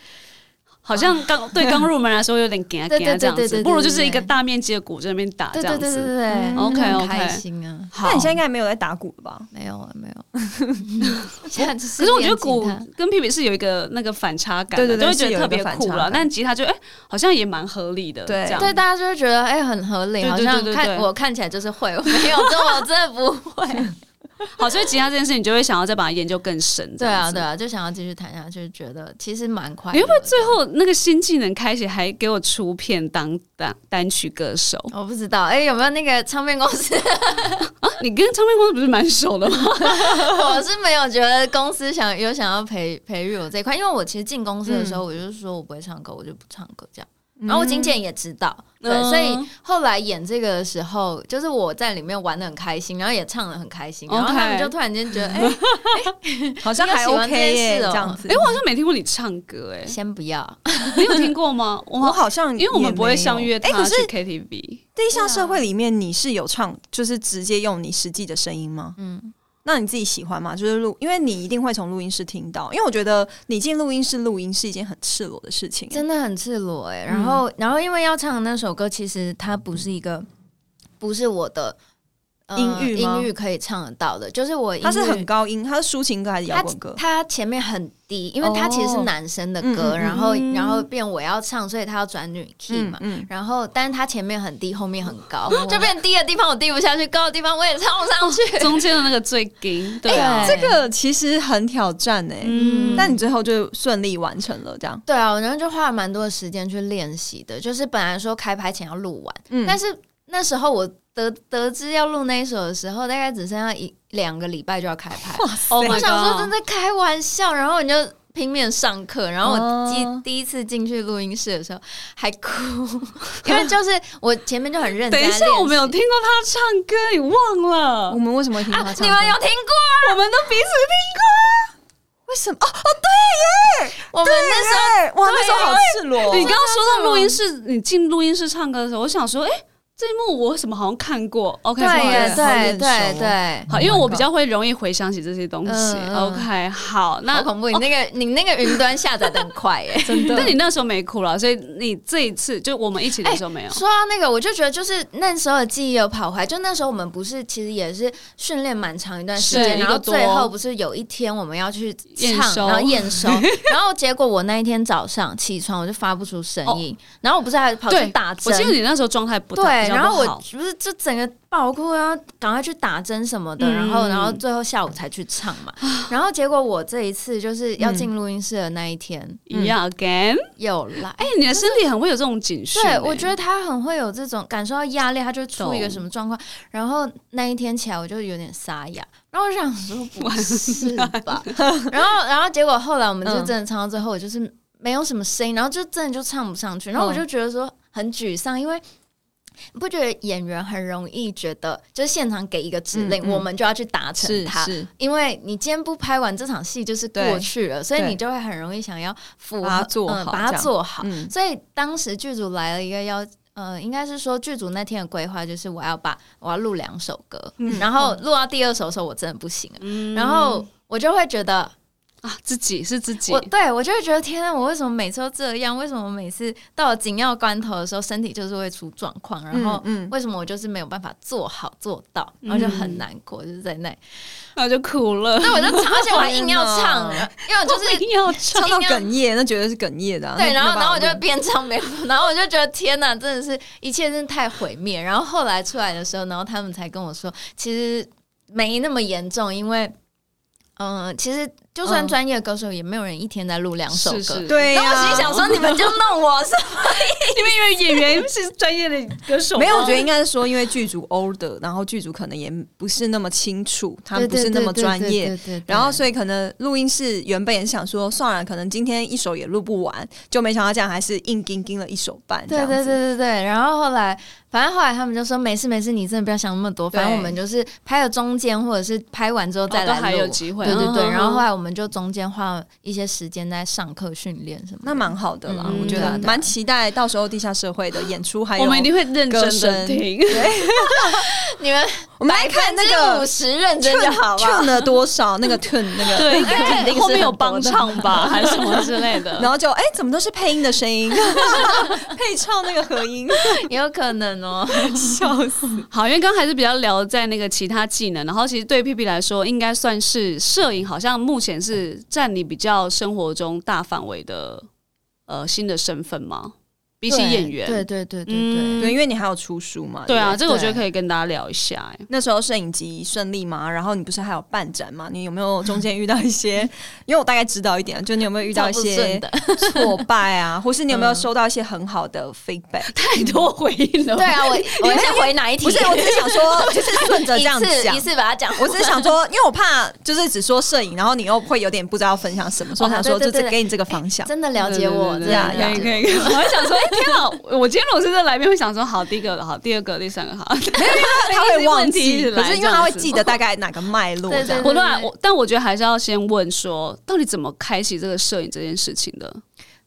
S2: 好像刚对刚入门来说有 点给他
S3: 对
S2: 给
S3: 对
S2: 他这样
S3: 对对
S2: 子，
S3: 对
S2: 不如就是
S3: 对
S2: 一个大面积的鼓在那边打啊这
S3: 对
S2: 样
S3: 对
S2: 子。
S3: 对对对、
S1: 嗯
S3: 就很
S2: OK，OK
S3: 开心啊。
S2: 好，
S1: 那你现在应该没有在打鼓了吧？
S3: 没有啊，没有。 现在只是
S2: 可是我觉得
S3: 练吉
S2: 鼓
S3: 他
S2: 跟屁屁是有一个那个反差感的，
S1: 对对对
S2: 就会
S1: 是
S2: 觉得
S1: 有一个
S2: 特别
S1: 反
S2: 酷
S1: 差
S2: 了。
S1: 感
S2: 但吉他就哎、好像也蛮合理的，
S1: 对
S2: 这样
S3: 对大家就会觉得哎、很合
S2: 对
S3: 理，
S2: 对
S3: 好
S2: 对
S3: 像
S2: 对
S3: 看
S2: 对
S3: 我看起来就是会， 我没有，这我真的不会。
S2: 好，所以吉他这件事，你就会想要再把它研究更深。这
S3: 对
S2: 样
S3: 啊，
S2: 子
S3: 对。啊，就想要继续谈下去，觉得其实蛮快乐的。
S2: 你会不会最后那个新技能开启，还给我出片当单单曲歌手？
S3: 我不知道，哎、有没有那个唱片公 司？
S2: 你跟唱片公司不是蛮熟的吗？
S3: 我是没有觉得公司想有想要培培育我这一块，因为我其实进公司的
S2: 嗯
S3: 时候，我就是说我不会唱歌，我就不唱歌这样。嗯然后我经纪人也知道， 对，
S2: 嗯
S3: 所以后来演这个的时候，就是我在里面玩的很开心，然后也唱的很开心，然后他们
S2: OK
S3: 就突然间觉得，哎、
S1: 嗯好像还
S3: 你有喜欢
S1: OK
S3: 这件
S1: 耶、
S3: 事哦
S1: 这样子。
S2: 哎、我好像没听过你唱歌、哎，
S3: 先不要，
S2: 你有听过 吗？我
S1: 我
S2: 好，
S1: 好像
S2: 因为我们不会相
S1: 相
S2: 约
S1: 哎、
S2: 他
S1: 可
S2: 去
S1: 是
S2: KTV。
S1: 地
S3: 啊
S1: 下社会里面你是有唱，就是直接用你实际的声音吗？
S3: 嗯，
S1: 那你自己喜欢吗？就是录，因为你一定会从录音室听到，因为我觉得你进录音室录音是一件很赤裸的事情。欸
S3: 真的很赤裸
S1: 嗯
S3: 哎、然后，然后因为要唱的那首歌，其实它不是一个，不是我的、呃
S1: 音域吗
S3: 音域可以唱得到的，就是我音域
S1: 它是很高音，它是抒情歌还是摇
S3: 它
S1: 滚歌？
S3: 它前面很低，因为它其实是
S1: 哦
S3: 男生的
S1: 嗯
S3: 歌，
S1: 嗯嗯
S3: 然后
S2: 嗯
S3: 然后变我要唱，所以它要转女 key 嘛。
S1: 嗯，
S3: 然后，但是它前面很低，后面很高， 就变低的地方我低不下去，高的地方我也唱不上去。
S1: 哦
S2: 中间的那个最紧，对啊，
S1: 这个其实很挑战哎、
S2: 嗯
S1: 但你最后就顺利完成了，这样。
S3: 对啊，我然后就花了蛮多的时间去练习的，就是本来说开拍前要录完，
S1: 嗯
S3: 但是那时候我得得知要录那一首的时候，大概只剩下一两个礼拜就要开 拍。
S2: Oh
S3: 我
S2: my
S3: 想说
S2: god！
S3: 真的开玩笑，然后你就拼命上课，然后我第、
S1: 哦
S3: 第一次进去录音室的时候还哭， 因为就是我前面就很认真。
S2: 等一下，我没有听。过他唱歌，你忘了
S3: 啊
S1: 我？们为什么会听他唱歌、
S2: 啊
S3: 你们有听过？
S2: 我们都彼此听过。
S1: 为什么？哦，
S3: 我们那时候
S1: 对，哇，那时候好赤裸哦
S2: 你刚刚说到录音室，你进录音室唱歌的时候，我想说，哎、这一幕我怎么好像看过？OK，
S3: 对
S2: 不好意
S3: 耶
S2: 思
S3: 对啊
S1: 好眼
S3: 对
S1: 熟
S3: 对，
S2: 好，
S1: Oh
S2: 因为
S1: my
S2: 我
S1: God
S2: 比较会容易回想起这些东西。
S3: 嗯嗯
S2: OK，好，那
S3: 好恐怖！你那个你那个云端下载的很快耶。
S1: 真的
S2: 但你那时候没哭了，所以你这一次就我们一起的时候没有。
S3: 说到那个，我就觉得就是那时候的记忆有跑回来。就那时候我们不是其实也是训练蛮长一段时
S2: 是
S3: 间，
S2: 一个
S3: 然后
S2: 多
S3: 最后不是有一天我们要去
S2: 验
S3: 唱，
S2: 收
S3: 然后验 收，然后结果我那一天早上起床我就发不出声音，然后我不是还跑去
S2: 哦对
S3: 打
S2: 我记得
S3: 针。
S2: 你那时候状态不
S3: 对，
S2: 太，比较
S3: 然后
S2: 不
S3: 我
S2: 好
S3: 不是就整个爆哭，然后赶快去打针什么的，
S2: 嗯
S3: 然后然后最后下午才去唱 嘛。然后结果我这一次就是要
S2: 嗯
S3: 进录音室的那一天
S2: 一样
S3: 嗯
S2: again。
S3: 又来，
S2: 哎，你的身体很会有这种警讯欸。
S3: 对，我觉得他很会有这种感受到压力，他就出一个什么状况。然后那一天起来，我就有点沙哑，然后我就想说不
S2: 欸
S3: 是 吧？然后，然后结果后来我们就
S1: 嗯
S3: 真的唱到最后，我就是没有什么声音，然后就真的就唱不上
S1: 嗯
S3: 去。然后我就觉得说很沮丧，因为。你不觉得演员很容易觉得，就是现场给一个指令，
S1: 嗯嗯
S3: 我们就要去达成
S1: 是
S3: 它？
S1: 是
S3: 因为你今天不拍完这场戏就是过
S1: 对
S3: 去了，所以
S1: 对
S3: 你就会很容易想要符合
S1: 把它做
S3: 嗯
S1: 好
S3: 把它
S1: 这样
S3: 做好。
S1: 嗯
S3: 所以当时剧组来了一个要，呃，应该是说剧组那天的规划就是我要把我要录两首歌，
S1: 嗯
S3: 然后录到第二首的时候我真的不行了，
S2: 嗯
S3: 然后我就会觉得
S2: 啊，自己是自己
S3: 我，对我就会觉得天啊，我为什么每次都这样？为什么每次到了紧要关头的时候身体就是会出状况？然后
S1: 嗯嗯
S3: 为什么我就是没有办法做好做到？然后就很难过，就是在那里，
S2: 那我就哭了。
S3: 对我就唱，而且我 还硬要唱
S1: 天，
S3: 因为我就
S2: 我
S3: 是
S2: 一定要唱
S1: 唱到
S3: 一定要
S1: 哽咽，那绝对是哽咽的啊。
S3: 对，
S1: 那
S3: 然后
S1: 没
S3: 然后
S1: 办
S3: 我
S1: 法
S3: 就边唱边哭，然后我就觉得天哪，真的是一切真的太毁灭。然后后来出来的时候，然后他们才跟我说，其实没那么严重，因为嗯、呃其实就算
S1: 嗯
S3: 专业歌手，也没有人一天在录两首歌。
S2: 是是
S1: 录对
S3: 然
S1: 呀。
S3: 后我心想说，你们就弄我是吧？
S2: 因为因为演员是专业的歌手吗，
S1: 没有，我觉得应该是说，因为剧组 order，然后剧组可能也不是那么清楚，他们不是那么专业。
S3: 对，对对对对对对
S1: 然后，所以可能录音室原本也想说，算了，可能今天一首也录不完，就没想到这样还是硬盯盯了一首半这
S3: 对
S1: 样子。
S3: 对对对对，然后后来，反正后来他们就说没事没事，你真的不要想那么多，反正
S1: 对
S3: 我们就是拍了中间或者是拍完之后
S2: 哦
S3: 再
S2: 都
S3: 来录，
S2: 还有机会，
S3: 对对对，
S2: 嗯
S3: 然后后来我们就中间花了一些时间在上课训练什么的。
S1: 那蛮好的啦，
S2: 嗯
S1: 我觉
S2: 对啊
S1: 得
S3: 对啊
S1: 蛮期待到时候地下社会的演出，还有
S2: 我们一定会认
S1: 歌
S2: 真的
S1: 声
S2: 听。
S3: 你们
S1: 我们来看那
S3: 五
S1: 个
S3: 十认真就好
S1: tune
S3: 了。
S1: tune 了多少，那个 tune 那个，
S2: 啊对，应该
S3: 肯定是
S2: 后面有
S3: 很多
S2: 帮
S3: 的
S2: 唱 吧， 还是什么之类的。
S1: 然后就哎、怎么都是配音的声音， 配唱那个合音，
S3: 有可能哦，
S1: 笑死。
S2: 好，因为刚刚还是比较聊在那个其他技能，然后其实对 P P 来说，应该算是摄影，好像目前是占你比较生活中大范围的呃新的身份吗？比起演员，
S3: 对对对对对
S2: 嗯
S1: 对，因为你还有出书嘛。
S2: 对啊，
S1: 不
S2: 这个我觉得
S3: 对
S2: 可以跟大家聊一下、哎，
S1: 那时候摄影集顺利吗？然后你不是还有办展吗？你有没有中间遇到一些？ 因为我大概知道一点，就你有没有遇到一
S3: 照不顺
S1: 些
S3: 的，
S1: 挫败啊，或是你有没有
S3: 嗯
S1: 收到一些很好的 feedback？
S2: 太多回应了。
S3: 对啊，我我先回哪一题？
S1: 不是，我只是想说， 就是顺着这样
S3: 一
S1: 讲
S3: 次一。次把它讲完。
S1: 我只是想说，因为我怕就是只说摄影，然后你又会有点不知道分享什么，所以我想说
S3: 对
S1: 就
S3: 对对
S1: 是
S3: 哎
S1: 给你这个方向。
S3: 真的了
S2: 对
S3: 解
S2: 对
S3: 我，
S2: 对
S3: 真
S2: 对
S3: 的
S1: 呀
S3: 了
S1: 呀
S2: 对
S3: 解
S2: 可以可以，我还想说，哎、天啊！我今天如果是这来宾，会想说，好，第一个好，第二个，第三个好。
S1: 他会忘
S2: 一直
S1: 记，
S2: 来
S1: 可是因为他会记
S2: 这样
S1: 得大概哪个脉络
S3: 对对
S1: 这样
S3: 对。
S2: 我乱，我但我觉得还是要先问说，到底怎么开启这个摄影这件事情的？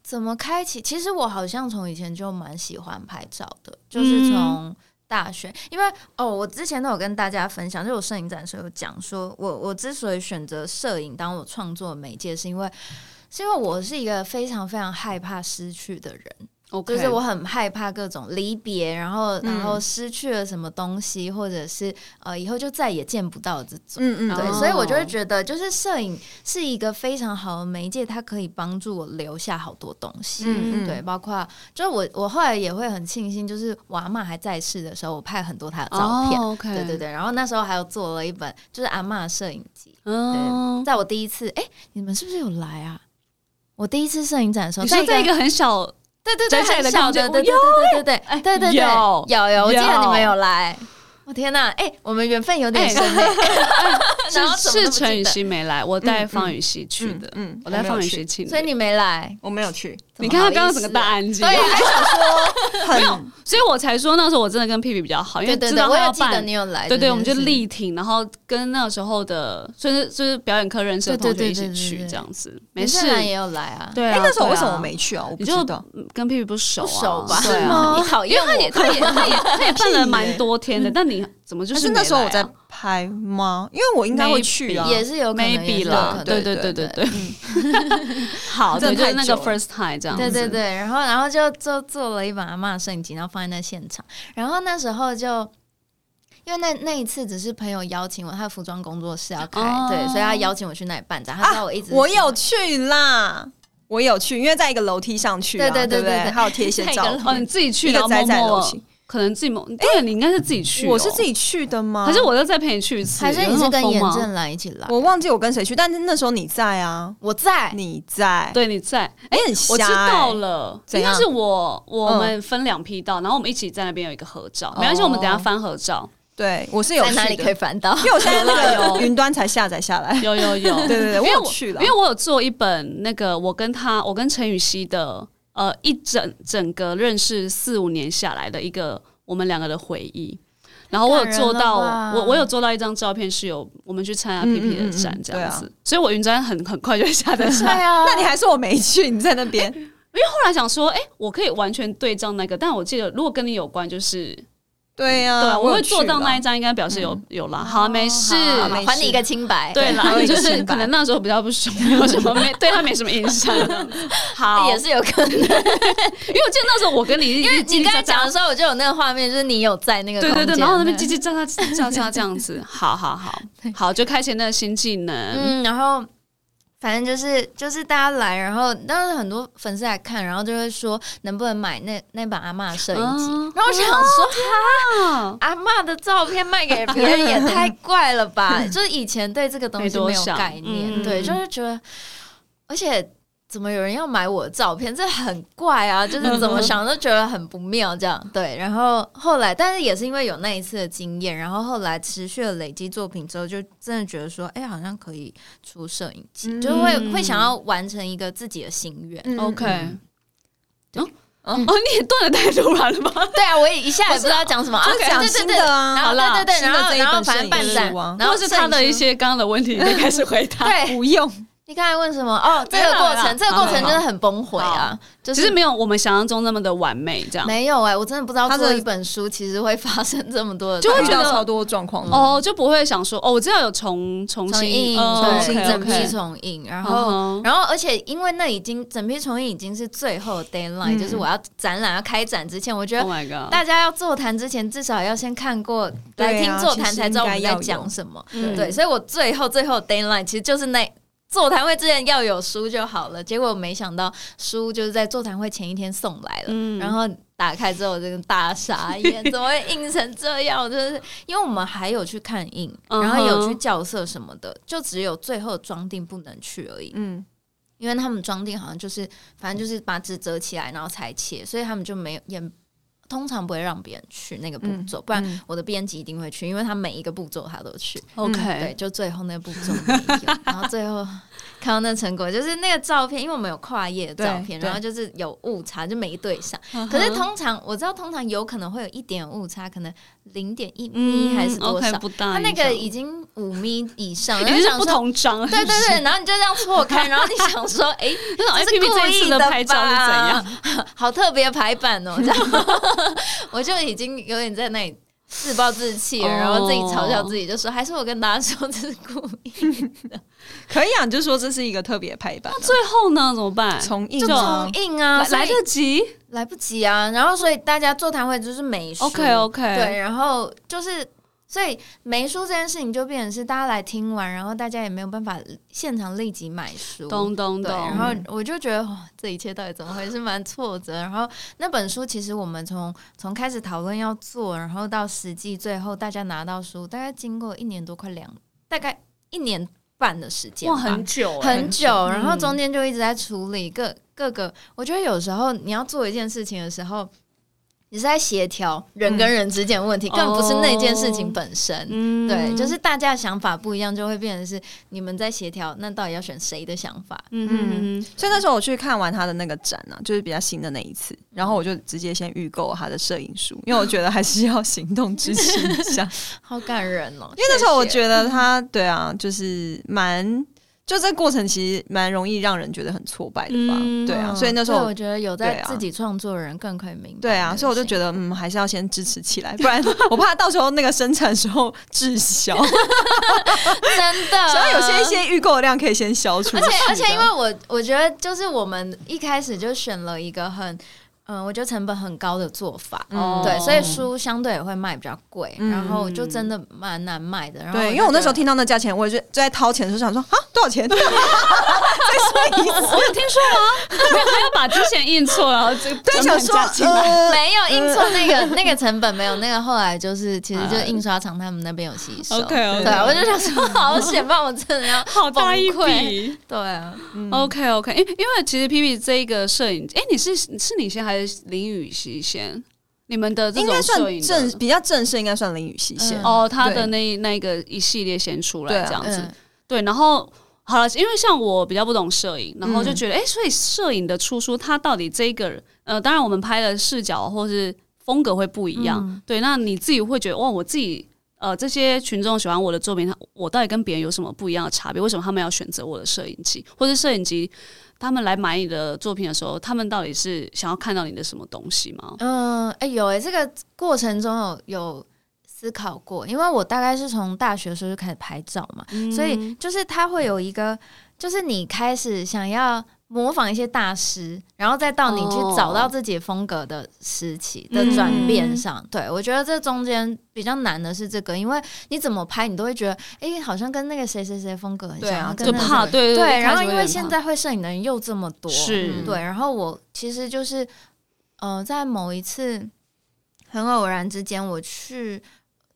S3: 怎么开启？其实我好像从以前就蛮喜欢拍照的，就是从大学，因为哦，我之前都有跟大家分享，就是我摄影展的时候有讲说，我我之所以选择摄影当我创作的媒介，是因为是因为我是一个非常非常害怕失去的人。
S2: o
S3: 就是我很害怕各种离别，然后
S1: 嗯
S3: 然后失去了什么东西，或者是呃以后就再也见不到这种。
S1: 嗯嗯，
S3: 对，
S2: 哦
S3: 所以我就会觉得，就是摄影是一个非常好的媒介，它可以帮助我留下好多东西。
S1: 嗯嗯
S3: 对，包括就是我，我后来也会很庆幸，就是我阿妈还在世的时候，我拍很多她的照片。
S2: 哦、OK，
S3: 对对，对，然后那时候还有做了一本就是阿嬷的摄影集，
S2: 嗯，
S3: 在我第一次，哎、你们是不是有来啊？我第一次摄影展的时候，
S2: 你说在一个很小，
S3: 对对对，
S2: 摘下来的
S3: 很小
S2: 看
S3: 的，
S2: 不
S3: 对
S2: 见
S3: 对对对对对，对对对，
S2: 哎有
S3: 有有，我记得
S2: 有
S3: 你们有来。我天哪，哎，我们缘分有 点
S2: 哎
S3: 深欸，
S2: 是
S3: 然后怎么
S2: 是
S3: 都不
S2: 陈
S3: 记
S2: 雨
S3: 得，
S2: 曦没来，我带方雨曦去的，
S1: 嗯嗯嗯
S2: 我带
S1: 我没有
S2: 方雨
S1: 去
S2: 曦去的，
S3: 所以你没来。
S1: 我没有去，
S2: 你看他刚刚整个大
S3: 案，
S2: 安静，
S3: 对，还想说，
S1: 很
S2: 所以我才说那时候我真的跟屁屁比较好，因为
S3: 对对
S2: 知
S3: 对，
S2: 道
S3: 我
S2: 他
S3: 有
S2: 要
S3: 记得
S2: 办
S3: 你，有来这件事，
S2: 对对，我们就力挺，然后跟那时候的，就是就是表演课认识的
S3: 对
S2: 同
S3: 对
S2: 学一起
S3: 对对对
S2: 去
S3: 对
S2: 这样子，没
S3: 林
S2: 事
S3: 胜，男也有来啊，
S2: 对
S1: 哎、
S2: 啊。
S1: 那时候
S2: 对啊
S1: 为什么我没去啊？我不
S2: 你
S1: 知
S2: 就
S1: 道，
S2: 跟屁屁不熟
S3: 不
S2: 啊？
S3: 熟吧？
S2: 对 啊，
S3: 你讨
S2: 因
S3: 厌
S2: 为他也他也他也他也办了蛮多天的，但你怎么就
S1: 可
S2: 没
S1: 那时候我
S2: 来
S1: 在
S2: 啊
S1: 拍吗？因为我应该会去啊
S3: 我，也是有可能也是
S2: maybe
S3: 有可
S2: 啦，
S3: 能
S2: 对
S1: 对
S2: 对
S1: 对
S2: 对对， 好，
S1: 真的
S2: 对，就是
S1: 太
S2: 那个
S1: 久了
S2: first time 这样子，
S3: 对对对，然后然后就做做了一把阿嬷摄影机，然后放在那现场。然后那时候就，因为那那一次只是朋友邀请我，他的服装工作室要开，
S2: 哦啊
S3: 对，所以他邀请我去那里办展。他知道我一直是、
S1: 啊我有去啦，我有去，因为在一个楼梯上去、啊，
S3: 对对
S1: 对
S3: 对
S1: 不
S3: 对对
S1: 还有贴一些
S3: 在一个
S1: 照
S3: 楼
S1: 片
S2: 哦，你自己去，
S1: 一个
S2: 然后
S1: 宅
S2: 默
S1: 宅
S2: 默
S1: 楼梯
S2: 可能自己默，对，你应该是自己去哦，
S1: 我是自己去的吗？
S2: 还是我又再陪你去一次？
S3: 还是你
S2: 有那
S3: 是
S2: 么
S3: 跟
S2: 疯
S3: 严
S2: 吗
S3: 正兰一起来？
S1: 我忘记我跟谁去，但是那时候你在啊，
S3: 我在，
S1: 你在，
S2: 对，你在。
S1: 你很瞎、
S2: 我知道
S1: 哎，
S2: 了，
S1: 怎
S2: 应该
S1: 样
S2: 是我我
S1: 嗯哦
S2: 们分两批到，然后我们一起在那边有一个合照，没关系，我们等一下翻合照，
S1: 对我是有
S3: 在
S1: 去
S3: 哪里
S1: 的
S3: 可以翻到？
S1: 因为我现在那
S2: 有
S1: 个云端才下载下 来。
S2: 有有有，
S1: 对对对，
S2: 因为
S1: 有
S2: 我
S1: 去了，
S2: 因为我有做一本那个我跟他，我跟陈雨希的呃一整整个认识四五年下来的一个我们两个的回忆。然后我有做到，
S3: 太感人了吧
S2: 我我有做到一张照片是有我们去参加
S1: 嗯
S2: P P
S1: 嗯
S2: 的
S1: 嗯
S2: 展
S1: 嗯
S2: 这样
S1: 对啊
S2: 子，所以我云端很很快就会下载下
S3: 对
S2: 来。
S3: 啊，
S1: 那你还说我没去，你在那边，
S2: 后来想说，哎、我可以完全对照那个，但我记得如果跟你有关，就是
S1: 对呀、
S2: 对，呃啊我
S1: 有
S2: 会
S1: 去
S2: 做到
S1: 了
S2: 那一张，应该表示有、有啦。
S3: 哦
S2: 好，没事。
S3: 好
S1: 没事
S3: 还你一个清白。
S2: 对啦，
S1: 还有一
S2: 就
S1: 个
S2: 是
S1: 清白
S2: 可能那时候比较不熟，没有什么没对他没什么印象。好，
S3: 也是有可能，
S2: 因为我记得那时候我跟你因
S3: 因为你刚才讲的时候，我就有那个画面，就是你有在那个
S2: 对对
S3: 空
S2: 对，
S3: 间
S2: 然后那边叽叽喳喳叽叽喳喳这样子，好好好好，就开启那个新技能。
S3: 嗯，然后反正就是就是大家来，然后当时很多粉丝来看，然后就会说能不能买那那把阿嬷摄影机。
S2: 啊
S3: 哦然后我想说，
S2: 啊
S3: 阿嬷的照片卖给别人也太怪了 吧！就是以前对这个东
S2: 没
S3: 西
S2: 多
S3: 没有
S2: 想
S3: 概念，
S2: 嗯
S3: 对，就是觉得，而且怎么有人要买我的照片，这很怪 啊！就是怎么想都觉得很不妙，这样 对。然后后来，但是也是因为有那一次的经验，然后后来持续的累积作品之后，就真的觉得说，哎、好像可以出摄影机，
S1: 嗯
S3: 就是会会想要完成一个自己的心愿。
S1: 嗯
S2: OK，
S1: 嗯
S2: 哦哦，你也断的太突然了吧？
S3: 对啊，我也一下也不知道讲什么，啊
S1: 就是讲
S3: 对对
S1: 新
S3: 对
S1: 的啊
S3: 然后
S2: 好啦
S3: 对对对，
S1: 新的
S3: 然后
S1: 这一
S3: 然后
S1: 本
S3: 反正
S1: 摄
S3: 办
S1: 影
S3: 展
S1: 书啊，
S3: 然后
S2: 是他的
S3: 摄影
S2: 一
S3: 师
S2: 些刚刚的问题，你可以开始回答。
S3: 对，
S1: 不用，
S3: 你刚才问什么？哦，这
S2: 没有
S3: 个
S2: 啦
S3: 过程，这个过程
S2: 好
S3: 真的很崩溃啊！就
S2: 其
S3: 是
S2: 实没有我们想象中那么的完美，这样。
S3: 没有哎、我真的不知道
S1: 他
S3: 做
S1: 的
S3: 一本书其实会发生这么多的，
S2: 就会
S1: 遇
S2: 觉得
S1: 到超多状况了。
S2: 哦，就不会想说哦，我知道有重重
S3: 重
S2: 新
S3: 印、
S2: 哦
S3: 重
S2: OK，
S3: 新
S2: OK
S3: 整批重印，然后。
S2: 嗯哼
S3: 然后，而且因为那已经整批重印已经是最后的 deadline，、
S1: 嗯
S3: 就是我要展览要开展之前，我觉得
S2: ，Oh my god，
S3: 大家要座谈之前，至少要先看过
S1: 对啊
S3: 来听座谈，才知道我们
S1: 其实应该
S3: 在
S1: 要有
S3: 讲什么。
S2: 嗯
S3: 对，所以我最后最后 deadline 其实就是那座谈会之前要有书就好了。结果没想到书就是在座谈会前一天送来了，
S2: 嗯
S3: 然后打开之后我真的大 傻眼，怎么会印成这样？我真的是因为我们还有去看印，
S2: 嗯哼
S3: 然后有去校色什么的，就只有最后装订不能去而已。
S1: 嗯，
S3: 因为他们装订好像就是，反正就是把纸折起来，然后裁切，所以他们就没有也通常不会让别人去那个步骤，不然
S1: 嗯
S3: 我的编辑一定会去，因为他每一个步骤他都去。嗯对，
S2: OK，
S3: 就最后那步骤没有，然后最后看到那成果，就是那个照片，因为我们有跨页的照片，
S1: 对对
S3: 然后就是有误差，就没对上。
S2: 嗯哼
S3: 可是通常我知道，通常有可能会有一点误差，可能零点一米还是多
S2: 嗯 OK，
S3: 少，
S2: 不大
S3: 他、
S2: 影
S3: 那
S2: 响，
S3: 个已经五米以上，
S2: 已
S3: 然后
S2: 经哦哎是
S3: 想
S2: 不
S3: 说。
S2: 同章了，
S3: 对 对对，然后你就这样错开，然后你想说，哎、
S2: 那种
S3: 这是
S2: APP
S3: 故
S2: 这一
S3: 意
S2: 次的
S3: 吧
S2: 拍照是怎样？？
S3: 好特别排版 哦，这样 我就已经有点在那里自暴自弃了，
S2: 哦
S3: 然后自己嘲笑自己，就说还是我跟大家说这是故意，
S1: 可以啊，你就说这是一个特别排版啊、
S2: 最后呢怎么办？
S1: 重印
S3: 就
S1: 啊
S3: 重印啊
S2: 来，来
S3: 所以
S2: 得及
S3: 来不及啊，然后所以大家座谈会就是美术
S2: ，OK OK，
S3: 对，然后就是。所以没书这件事情就变成是大家来听完，然后大家也没有办法现场立即买书，
S2: 咚咚
S3: 对，
S2: 咚，
S3: 然后我就觉得哇，这一切到底怎么回事，蛮挫折。然后那本书其实我们从从开始讨论要做，然后到实际最后大家拿到书，大概经过一年多，快两，大概一年半的时间
S2: 哇
S3: 吧，
S2: 很久欸
S3: 很久。然后中间就一直在处理各各个，我觉得有时候你要做一件事情的时候。你是在协调人跟人之间的问题，
S2: 嗯哦
S3: 更不是那件事情本身。
S2: 嗯
S3: 对，就是大家想法不一样，就会变成是你们在协调，那到底要选谁的想法？
S2: 嗯嗯嗯
S1: 所以那时候我去看完他的那个展啊，就是比较新的那一次，然后我就直接先预购他的摄影书，因为我觉得还是要行动支持一下。
S3: 好感人哦！
S1: 因为
S3: 因
S1: 那时候我觉得他对啊，就是蛮，就这过程其实蛮容易让人觉得很挫败的吧？
S2: 嗯
S1: 对啊，所以那时候
S3: 我
S1: 我。
S3: 觉得有
S1: 对
S3: 在
S1: 啊
S3: 自己创作的人更可以明白。
S1: 对啊，所以我就觉
S3: 得，
S1: 得，嗯，还是要先支持起来，不然 我怕到时候那个生产 时候滞销，
S3: 嗯
S1: 所
S3: 真 的，
S1: 以有些一些预购量可以先消除。
S3: 而且而且，因为我我觉得就是我们一开始就选了一个很，嗯、我觉得成本很高的做法，
S2: 哦
S1: 嗯
S3: 对，所以书相对也会卖比较贵，
S1: 嗯
S3: 然后就真的蛮难卖的。然后
S1: 对，
S3: 就
S1: 因为我那
S3: 觉
S1: 时候
S3: 得
S1: 听到那价钱，我也就就在掏钱的时候想说啊，多少 钱？再说一次，
S2: 我有听说吗？ 没有还要把之前印错，然后这
S1: 对，想说
S2: 来。
S1: 呃，
S3: 没有印错 那个那个成本没有，那个后来就是其实
S1: 呃
S3: 就是印刷厂他们那边有吸收。
S2: OK
S3: 对
S2: OK，
S3: 啊，我就想说，好险，不然我真的要
S2: 好大一
S3: 崩溃
S2: 笔。
S3: 对啊，
S1: 嗯
S2: OK OK，因因为其实 P P 这一个摄影，哎、你是是你先还是林雨熙先？你们的这
S1: 应该
S2: 种
S1: 算
S2: 摄影的
S1: 正比较正式，应该算淋雨西线
S3: 嗯。
S2: 哦，他的
S1: 对
S2: 那那个一系列先出
S1: 对
S2: 来
S1: 啊
S2: 这样子。
S3: 嗯，
S2: 对，然后好了，因为像我比较不懂摄影，然后就
S1: 嗯
S2: 觉得，哎、所以摄影的出书，它到底这个呃，当然我们拍的视角或是风格会不一样，
S3: 嗯
S2: 对，那你自己会觉得，哇，我自己。呃，这些群众喜欢我的作品，他我到底跟别人有什么不一样的差别？为什么他们要选择我的摄影机，或是摄影机？他们来买你的作品的时候，他们到底是想要看到你的什么东西吗？
S3: 嗯，哎、有哎、这个过程中有有思考过，因为我大概是从大学的时候就开始拍照嘛，所
S2: 嗯
S3: 以就是它会有一个，就是你开始想要模仿一些大师，然后再到你去
S2: 哦嗯
S3: 找到自己风格的时期的转变上。对我觉得这中间比较难的是这个，因为你怎么拍，你都会觉得，哎、好像跟那个谁谁谁风格很
S1: 对啊
S3: 像，跟
S2: 就
S3: 那个
S2: 怕
S3: 谁
S2: 对
S3: 对，然后
S2: 一开始会
S3: 因
S2: 有
S3: 为
S2: 点
S3: 现
S2: 怕
S3: 在会摄影的人又这么多，
S2: 是、
S1: 嗯
S3: 对，然后我其实就是，呃，在某一次很偶然之间，我去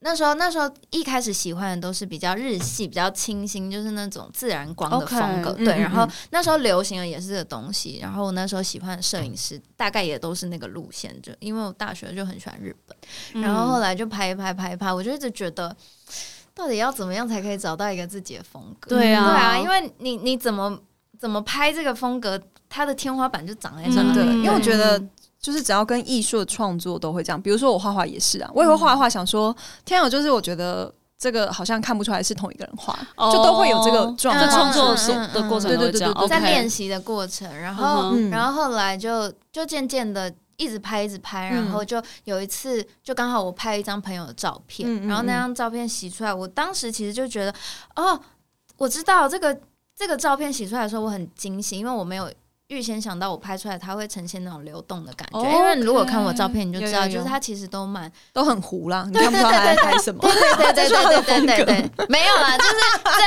S3: 那时候那时候一开始喜欢的都是比较日系、比较清新，就是那种自然光的
S2: OK，
S3: 风格。
S1: 嗯
S3: 对，
S1: 嗯
S3: 然后
S1: 嗯
S3: 那时候流行的也是这个东西，然后我那时候喜欢的摄影师大概也都是那个路线，就因为我大学就很喜欢日本。
S2: 嗯
S3: 然后后来就拍一拍拍一拍，我就一直觉得，到底要怎么样才可以找到一个自己的风格？
S2: 对啊
S3: 对啊，因为你你怎么怎么拍这个风格，它的天花板就长在这
S1: 真
S3: 里。
S1: 的，
S2: 嗯
S1: 因为我觉得就是只要跟艺术的创作都会这样。比如说我画画也是啊，我也会画画，想说天啊，就是我觉得这个好像看不出来是同一个人画，
S2: 哦
S1: 就都会有这个状
S2: 在
S3: 嗯
S2: 创
S1: 况。
S2: 作
S3: 嗯嗯嗯
S2: 的过程
S1: 对
S2: 都会
S1: 对
S2: 这
S1: 对
S2: 样
S1: 对对
S2: OK
S3: 在练习的过程，然
S2: 嗯
S3: 后、
S1: 嗯
S2: 哼
S3: 然后后来就就渐渐的一直拍一直拍，然
S1: 嗯
S3: 后就有一次就刚好我拍了一张朋友的照片，
S1: 嗯嗯
S3: 然后那
S1: 嗯
S3: 张照片洗出来，我当时其实就觉得，哦，我知道这个这个照片洗出来的时候我很惊喜，因为我没有。预先想到我拍出来它会呈现那种流动的感觉，因为你如果看我照片你就知
S1: 有
S3: 道，
S1: 有有
S3: 就是它其实都蛮
S1: 都很糊啦，你看不出他在拍什么。
S3: 对对
S1: 这是他
S3: 对
S1: 的
S3: 对
S1: 风格
S3: 对对对，没 有啦，就是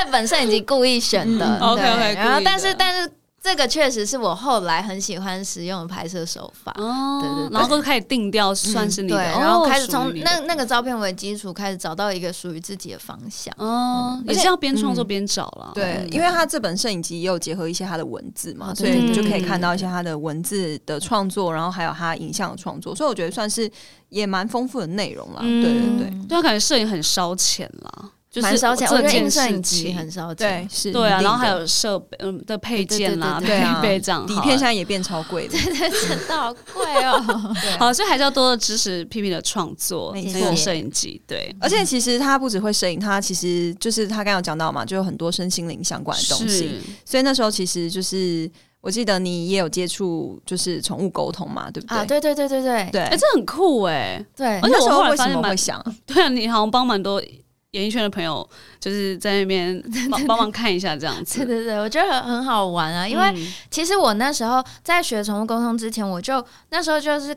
S3: 这本身已经故意选的。
S2: 嗯
S3: 对
S2: OK，OK，
S3: 然后
S2: 故意的
S3: 但是但是这个确实是我后来很喜欢使用的拍摄手法。
S2: 哦，
S3: 对对对
S2: 然后都开始定调，算是你
S3: 对，
S2: 的，
S3: 然后
S2: 哦
S3: 开始
S2: 属
S3: 从
S2: 于你的
S3: 那那个照片为基础，开始找到一个属于自己的方向。
S2: 哦，也
S1: 而
S2: 是
S1: 且
S2: 要边创作边找 啦。
S1: 对，因为他这本摄影集也有结合一些他的文字嘛，
S3: 哦
S1: 所
S3: 对
S1: 以
S2: 嗯对
S1: 你就
S2: 对
S1: 可以
S2: 对
S1: 看到一些他的文字的创作，然后还有他影像的创作，所以我觉得算是也蛮丰富的内容啦。
S2: 嗯
S1: 对对对，
S2: 对啊，感觉摄影很烧钱啦，就是
S3: 蛮烧钱，我
S2: 这
S3: 觉得
S2: 件
S3: 印摄
S2: 事
S3: 影机
S2: 情
S3: 很烧
S1: 对。
S3: 钱
S1: 是
S2: 对
S1: 一
S2: 啊，
S1: 定
S2: 然后还
S1: 的
S2: 有设备嗯的配件啦、
S3: 对
S1: 对对对
S2: 配
S1: 对
S2: 备这样好了，
S1: 底片现在也变超贵了，
S3: 对， 真的好贵 哦。
S2: 好，所以还是要多多支持 P P 的创作，
S1: 没
S2: 这
S1: 错
S2: 个摄影机，对，
S1: 而且其实他不只会摄影，他其实就是他刚刚有讲到嘛，就有很多身心灵相关的东西。
S2: 是
S1: 所以那时候其实就是我记得你也有接触就是宠物沟通嘛，对不对？
S3: 啊，对对对对对
S1: 对。
S2: 哎、这很酷哎、
S3: 对
S1: 你
S2: 而且
S1: 那
S2: 我
S1: 时
S2: 后
S1: 候
S2: 来
S1: 为
S2: 发
S1: 什
S2: 现
S1: 么
S2: 蛮
S1: 会想？
S3: 哦
S2: 对啊，你好像帮蛮多演艺圈的朋友，就是在那 边帮帮忙看一下这样
S3: 对
S2: 子，
S3: 对对，我觉得很很好玩啊，因为
S2: 嗯
S3: 其实我那时候在学宠物沟通之前，我就那时候就是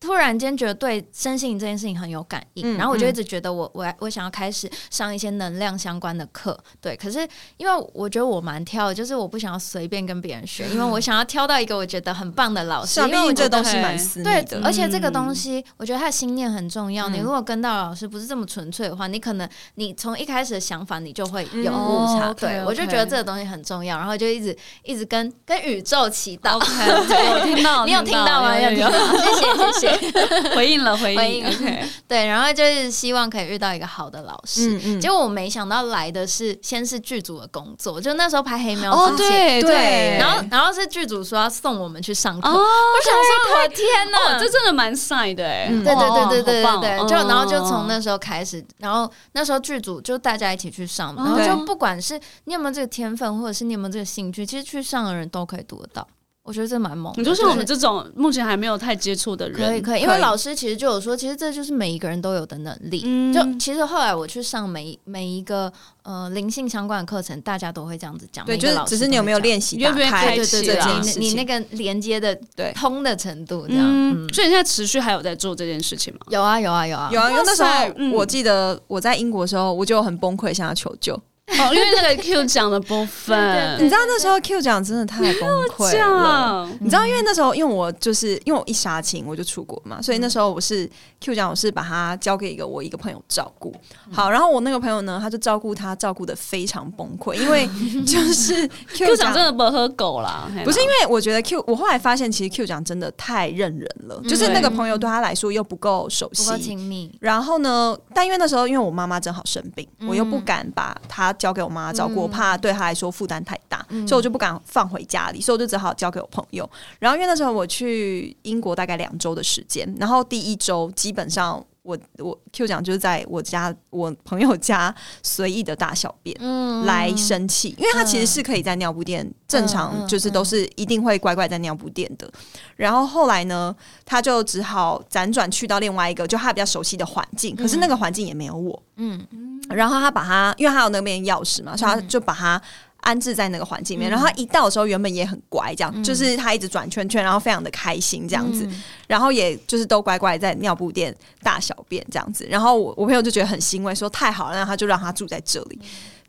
S3: 突然间觉得对身心灵这件事情很有感
S1: 嗯
S3: 应，然后我就一直觉得我我我想要开始上一些能量相关的课，对。可是因为我觉得我蛮挑的，就是我不想要随便跟别人学，因为我想要挑到一个我觉得很棒的老师，
S1: 想
S3: 因为
S1: 毕
S3: 我
S1: 竟
S3: 觉
S1: 这
S3: 得。
S1: 东西蛮私密
S3: 对，
S1: 的，
S3: 而且这个东西，我觉得他的心念很重要。你
S1: 嗯
S3: 如果跟到老师不是这么纯粹的话，你可能你从一开始的想法，你就会有
S1: 嗯
S3: 误差。
S2: 哦
S3: 对
S2: OK，OK
S3: 我就觉得这个东西很重要，然后就一直一直跟跟宇宙祈祷。
S2: OK，我听到，
S3: 你有听到吗？
S2: 有有有
S3: 听到，谢谢谢谢。
S2: 嗯 回应了，回应
S3: 回应
S2: OK，
S3: 对，然后就是希望可以遇到一个好的老师。
S1: 嗯嗯
S3: 结果我没想到来的是先是剧组的工作，就那时候拍黑喵
S2: 哦，
S3: 之
S2: 对
S3: 前，
S1: 对
S2: 对，
S3: 然后然后是剧组说要送我们去上课，
S2: 哦
S3: 我想说我的天
S2: 哦
S3: 哪，，
S2: 这真的蛮晒的哎，
S1: 嗯
S3: 对对
S2: 哇
S3: 对对对
S2: 好棒
S3: 对对，
S2: 哦
S3: 就然后就从那时候开始，然后那时候剧组就大家一起去上嘛，然
S2: 哦
S3: 后就不管是你有没有这个天分，或者是你有没有这个兴趣，其实去上的人都可以读得到，我觉得这蛮猛的。
S2: 你就像我们
S3: 是
S2: 这种目前还没有太接触的人，
S3: 可以可以，因
S1: 可
S3: 为
S1: 以
S3: 老师其实就有说，其实这就是每一个人都有的能力。
S2: 嗯
S3: 就其实后来我去上每一每一个呃灵性相关的课程，大家都会这样子讲，
S1: 对，
S3: 每一
S1: 就
S3: 个
S1: 是
S3: 老师
S1: 只是你有没有
S3: 都会
S1: 练习
S2: 愿
S1: 打
S2: 不愿意
S1: 开
S3: 这
S2: 开
S3: 样。
S1: 这
S3: 对
S2: 启
S3: 对
S2: 啦
S1: 件
S3: 对
S1: 事
S3: 对，你你那
S1: 情？
S3: 个连接的
S1: 对
S3: 通的程度这样，
S2: 嗯
S3: 嗯，，
S2: 所以你现在持续还有在做这件事情吗？
S3: 有啊有啊有啊，
S1: 有啊，因为那时候
S2: 哇塞嗯
S1: 我记得我在英国的时候，我就很崩溃，向他求救。
S2: 哦，因为那个 Q 奖的部 分，
S1: 你知道那时候 Q 奖真的太崩溃了。
S2: 样
S1: 你知道，因为
S3: 嗯
S1: 那时候，因为我就是因为我一杀青我就出国嘛，
S3: 嗯
S1: 所以那时候我是 Q 奖，我是把它交给一个我一个朋友照顾。
S3: 嗯
S1: 好，然后我那个朋友呢，他就照顾他照顾的非常崩溃，因为 就是
S2: Q
S1: Q
S2: 奖
S1: 奖
S2: 真的不喝狗啦，嘿啦
S1: 不是因为我觉得 Q，我后来发现其实 Q 奖真的太认人了，就是那个朋友对他来说又不够熟
S3: 嗯不够
S1: 悉。
S3: 亲密，
S1: 然后呢，但因为那时候因为我妈妈正好生病，我又不
S3: 嗯
S1: 敢把她交给我妈妈照顾，我怕对她来说负担太大，
S3: 嗯
S1: 所以我就不敢放回家里，所以我就只好交给我朋友。然后因为那时候我去英国大概两周的时间，然后第一周基本上。我我 Q 奖就是在我家我朋友家随意的大小便，
S3: 嗯
S1: 来生气，因为他其实是可以在尿布店正常，
S3: 嗯
S1: 就是都是一定会乖乖在尿布店的。然后后来呢，他就只好辗转去到另外一个就他比较熟悉的环境，可是那个环境也没有我。
S3: 嗯，
S1: 然后他把他，因为他有那边钥匙嘛，所以他就把他。安置在那个环境里
S3: 嗯
S1: 面，然后他一到的时候，原本也很乖，这样、就是他一直转圈圈，然后非常的开心这样子，
S3: 嗯
S1: 然后也就是都乖乖在尿布店大小便这样子。然后我我朋友就觉得很欣慰，说太好了，那他就让他住在这里。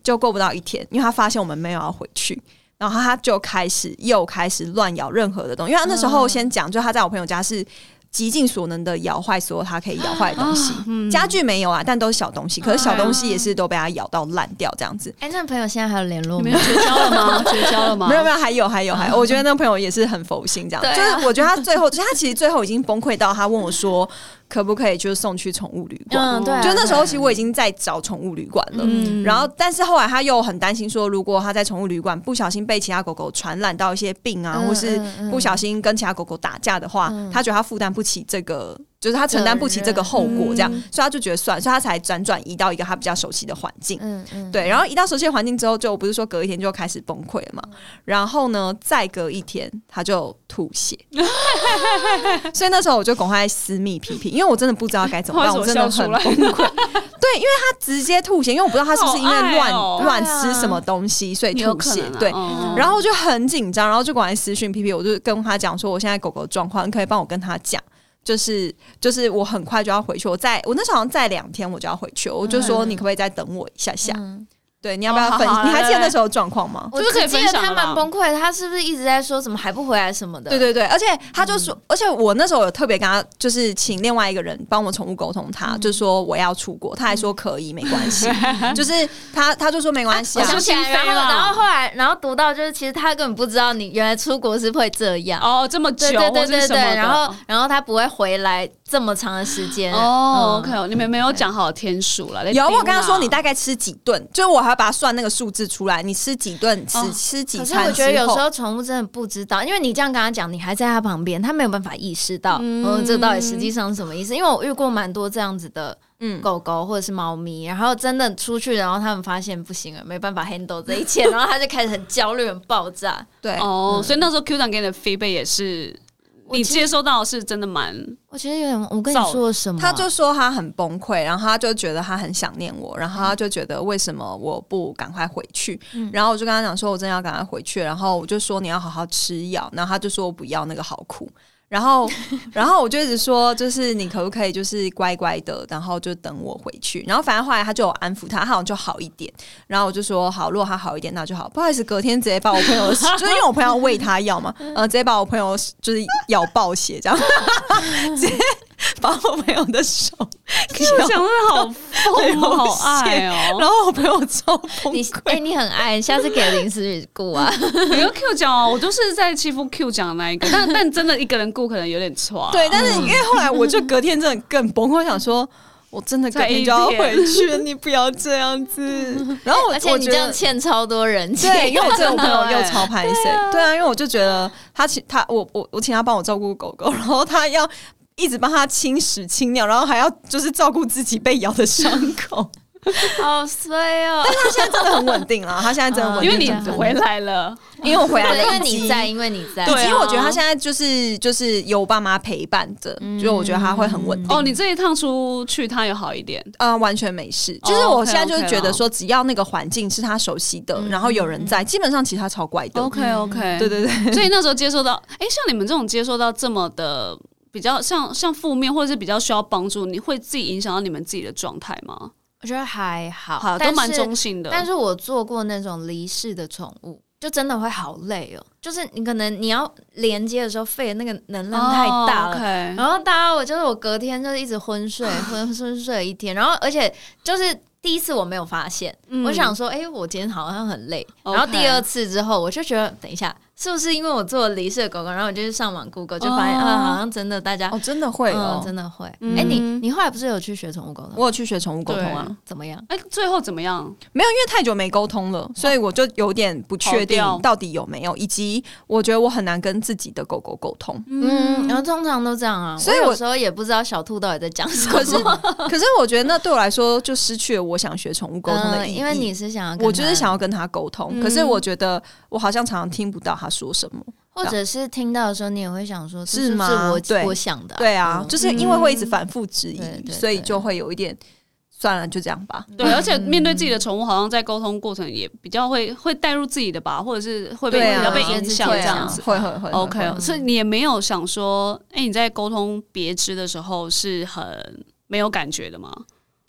S1: 就过不到一天，因为他发现我们没有要回去。然后他就开始又开始乱咬任何的东西，因为他那时候先讲，就他在我朋友家是极尽所能的咬坏所有他可以咬坏的东西，
S3: 嗯
S1: 家具没有啊，但都是小东西，可是小东西也是都被他咬到烂掉这样子。
S3: 哎，那朋友现在还有联络
S2: 你
S3: 吗
S2: 们？绝交了吗？绝交 了吗？
S1: 没有没有，还有还有还有，我觉得那个朋友也是很佛心这样，
S3: 啊对啊
S1: 就是我觉得他最后，就是他其实最后已经崩溃到他问我说，可不可以就是送去宠物旅馆？
S3: 嗯，对啊，
S1: 就那时候，其实
S3: 实
S1: 我已经在找宠物旅馆了，
S2: 嗯
S1: 然后哦但是后来他又很担心说，如果他在宠物旅馆不小心被其他狗狗传染到一些病啊，或是不小心跟其他狗狗打架的话，
S3: 嗯
S1: 他觉得他负担不起这个，就是他承担不起这个后果，这样，
S2: 嗯
S1: 所以他就觉得算，所以他才辗转移到一个他比较熟悉的环境。
S3: 嗯嗯，
S1: 对，然后一到熟悉的环境之后，就我不是说隔一天就开始崩溃了嘛，
S2: 嗯
S1: 然后呢，再隔一天他就吐血， 所以那时候我就赶快私密批评，因为我真的不知道该怎么 办，
S2: 不
S1: 我
S2: 好意思
S1: 真的
S2: 我笑
S1: 很
S2: 出
S1: 崩
S2: 来
S1: 溃。对，因为他直接吐血，因为我不知道他是不是因为
S2: 好爱
S1: 乱、
S2: 哦
S1: 乱
S3: 对啊
S1: 吃什么东西，所以
S2: 你有
S1: 吐
S2: 可
S1: 血
S2: 能啊。
S1: 对，
S2: 嗯
S1: 然后我就很紧张，然后就过来私讯 P P，我就跟他讲说，我现在狗狗的状况，你可以帮我跟他讲。就是就是我很快就要回去，我在我那时候好像再两天我就要回去了，我就说
S2: 嗯
S1: 你可不可以再等我一下下？
S3: 嗯
S1: 对，你要不要分？
S2: 哦好好
S1: 你还记得
S2: 来
S1: 那时候的状况吗？
S3: 我
S2: 就是可以
S3: 只记
S2: 分
S3: 得
S2: 享
S3: 他
S2: 了啦
S3: 蛮崩溃的，他是不是一直在说什么还不回来什么的？
S1: 对对对，而且他就
S3: 嗯
S1: 说，而且我那时候有特别跟他，就是请另外一个人帮我宠物沟通他，
S3: 嗯
S1: 就说我要出国，他还说可以，没关 系，就是他他就说没关系
S3: 我
S1: 啊
S2: 啊，
S3: 想起来，然后
S2: 我想起来了
S3: 然后后来，然后读到就是，其实他根本不知道你原来出国是会这 样。
S2: 哦，这么久
S3: 对对对
S2: 或
S3: 对
S2: 是什
S3: 对，
S2: 么的
S3: 然后然后他不会回来这么长的时间。
S2: 哦
S3: 嗯
S2: ，OK，你们没有讲好天数了。
S1: 有我跟他说你
S2: 带
S1: 大概吃几顿，就是我还要把它算那个数字出来，你吃几顿吃、
S2: 哦
S1: 吃几
S3: 可是
S1: 餐
S3: 我觉得
S1: 之
S3: 有
S1: 后
S3: 时候宠物真的不知道，因为你这样跟他讲，你还在他旁边，他没有办法意识到，嗯，这到底实际上是什么意思？因为我遇过蛮多这样子的
S1: 嗯
S3: 狗狗或者是猫咪，然后真的出去，然后他们发现不行了，没办法 handle 这一切，然 后他就开始很焦虑、很爆炸。
S1: 对，
S2: 哦，所以那时候 Q 长给你的 feedback 也是
S3: 我
S2: 你
S3: 其
S2: 接收到的是真的蛮
S3: 我其实有点，我跟你说了什么啊、
S1: 他就说他很崩溃，然后他就觉得他很想念我，然后他就觉得为什么我不赶快回去？然后我就跟他讲说，我真的要赶快回去，然后我就说你要好好吃药，然后他就说我不要那个好苦。然后，然后我就一直说，就是你可不可以就是乖乖的，然后就等我回去。然后反正后来他就有安抚他，他好像就好一点。然后我就说好，如果他好一点，那就好。不好意思，隔天直接把我朋友的，就是因为我朋友 喂他药嘛，呃，直接把我朋友就是咬爆血这样。直接把我朋友的手
S2: 我讲的 好疯哦，
S1: 流
S2: 好爱
S1: 然
S2: 哦。
S1: 后我朋友超崩
S4: 你哎、
S1: 溃。
S4: 你很爱，下次给林思雨雇啊，
S2: 你跟 Q 讲 哦，我都是在欺负 Q 讲的那一个，但 但真的一个人顾可能有点错。
S1: 对，但
S4: 嗯
S1: 是因为后来我就隔天真的更崩溃，我想说。我真的隔
S2: 在
S1: 天
S2: 一
S1: 就要
S2: 天
S1: 回去，你不要这样子。 然后我，
S4: 而且
S1: 我
S4: 你
S1: 觉
S4: 这样
S1: 得
S4: 欠超多人情。
S1: 对，因为我这种朋友又
S2: 对
S1: 超拍谁，对啊，因为我就觉得他请他我我我请他帮我照顾狗狗，然后他要一直帮他清屎清尿，然后还要就是照顾自己被咬的伤 口。
S3: 好衰哦！
S1: 他 现在真的很稳定了，他现在真的很稳
S2: 因
S1: 定，
S2: 为你
S4: 哦
S1: 就是
S4: 啊
S2: 回来了，
S1: 因为我回来
S4: 对，
S1: 了，
S4: 因为你在，。因为你在。
S1: 以
S2: 对
S1: 及
S2: 啊
S1: 我觉得他现在就是就是有我爸妈陪伴着，
S4: 嗯
S1: 就我觉得他会很稳定。
S2: 哦，你这一趟出去，他有好一点。
S1: 呃，完全没事。
S2: 哦
S1: 就是我
S2: OK，
S1: 现在就是
S2: OK
S1: 觉得
S2: 啦
S1: 说，只要那个环境是他熟悉的，然后有人在，基本上其实他超乖的。
S2: 嗯 OK OK，
S1: 对对对，
S2: 所以那时候接受到，哎、像你们这种接受到这么的比较像像负面，或者是比较需要帮助，你会自己影响到你们自己的状态吗？
S3: 我觉得还好，
S2: 好，
S3: 但
S2: 都蛮
S3: 是
S2: 中性的。
S3: 但是我做过那种离世的宠物，就真的会好累哦。就是你可能你要连接的时候，肺的那个能
S1: 哦
S3: 量太大了。
S2: 了嗯
S3: 然后大家，我就是我隔天就是一直昏 睡，昏昏睡一天。然后而且就是第一次我没有发现，
S2: 嗯
S3: 我想说，哎、我今天好像很累。然后
S2: OK
S3: 第二次之后，我就觉得，等一下是不是因为我做了离世的狗狗？然后我就去上网 Google，就发现，
S2: 哦
S3: 啊、好像真的大家，
S1: 哦，真的会哦
S3: 嗯，，真的会。哎、
S2: 嗯
S3: 你你后来不是有去学宠物沟通？
S1: 我有去学宠物沟通啊，
S3: 怎么样？
S2: 哎、最后怎么样？
S1: 没有，因为太久没沟通了，所以我就有点不确定
S2: 跑掉
S1: 到底有没有，以及我觉得我很难跟自己的狗狗沟通。
S3: 嗯，然后通常都这样啊。
S1: 所以
S3: 我
S1: 我
S3: 有时候也不知道小兔到底在讲什么。
S1: 可是，可是我觉得那对我来说就失去了我想学宠物沟通的
S3: 嗯
S1: 意义，
S3: 因为你是想要，
S1: 我就是想，要跟他沟通，
S2: 嗯
S1: 可是我觉得我好像常常听不到他说什么。
S3: 或者是听到的时候，你也会想说，这
S1: 是
S3: 是不
S1: 吗
S3: 是
S1: 对
S3: 我我想的啊，
S1: 对啊，
S3: 嗯
S1: 就是因为会一直反复质
S3: 嗯对
S1: 疑，
S3: 对
S1: 所以
S3: 对
S1: 就会有一点算了，就这样吧。
S2: 对，而且面对自己的宠物，好像在沟通过程也比较会会带入自己的吧，或者是会被
S1: 对
S2: 比
S1: 啊
S2: 较被影响
S1: 会啊
S2: 这样子。
S1: 会会会
S2: OK，
S1: 会
S2: 哦所以你也没有想说，哎、你在沟通别枝的时候是很没有感觉的吗？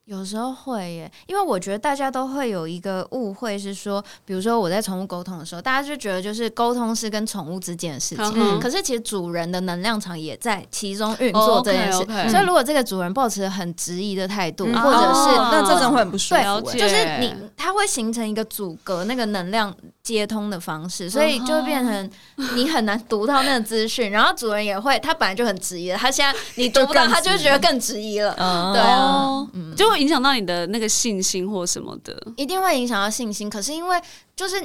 S3: 有时候会耶，因为我觉得大家都会有一个误会，是说，比如说我在宠物沟通的时候，大家就觉得就是沟通是跟宠物之间的事情，
S2: 嗯
S3: 可是其实主人的能量场也在其中运作这件事。
S2: 哦，OK，OK
S3: 所以如果这个主人抱持很质疑的态度，
S1: 嗯
S3: 或者是、
S1: 哦那这种会很不舒服
S2: 了
S1: 欸。
S2: 解
S3: 就是你，它会形成一个阻隔那个能量接通的方式，所以就会变成
S1: 嗯
S3: 你很难读到那个资讯。然后主人也会，他本来就很质疑了，他现在你读不到，
S1: 就更质疑
S3: 他就会觉得更质疑了。
S1: 嗯
S3: 对啊，
S2: 哦就会影响到你的那个信心或什么的。
S3: 一定会影响到信心。可是因为就是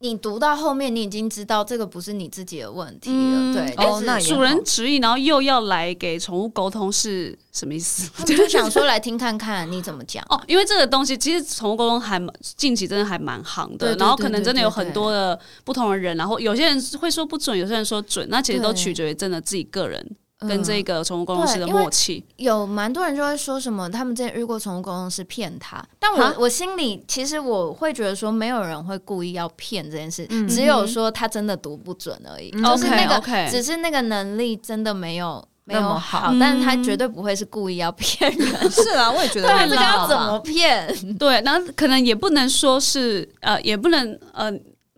S3: 你读到后面，你已经知道这个不是你自己的问题了，
S2: 嗯
S3: 对。
S1: 哦
S3: 但是
S1: 那也
S2: 主人执意，然后又要来给宠物沟通是什么意思？
S3: 他们就想说来听看看你怎么讲。
S2: 哦，因为这个东西其实宠物沟通还蛮近期真的还蛮行
S3: 对
S2: 的，
S3: 对
S2: 然后
S3: 对
S2: 可能
S3: 对
S2: 真的有
S3: 对
S2: 很
S3: 对
S2: 多的不同的人，然后有些人会说不准，有些人说准，那其实都
S3: 对
S2: 取决于真的自己个人跟
S3: 嗯
S2: 这个宠物沟通师的
S3: 对因为
S2: 默契。
S3: 有蛮多人就会说什么，他们之前遇过宠物沟通师骗他，但
S2: 哈
S3: 我我心里其实我会觉得说，没有人会故意要骗这件事，只有说他真的读不准而
S2: 嗯
S3: 已，就是那个
S2: OK，OK
S3: 只是那个能力真的没有没有
S1: 那么
S3: 好，
S1: 好
S3: 但是他绝对不会是故意要骗人，
S1: 是啊，我也觉得
S3: 对啊，这个
S2: 啦
S3: 要怎么骗？
S2: 对，那可能也不能说是呃，也不能呃，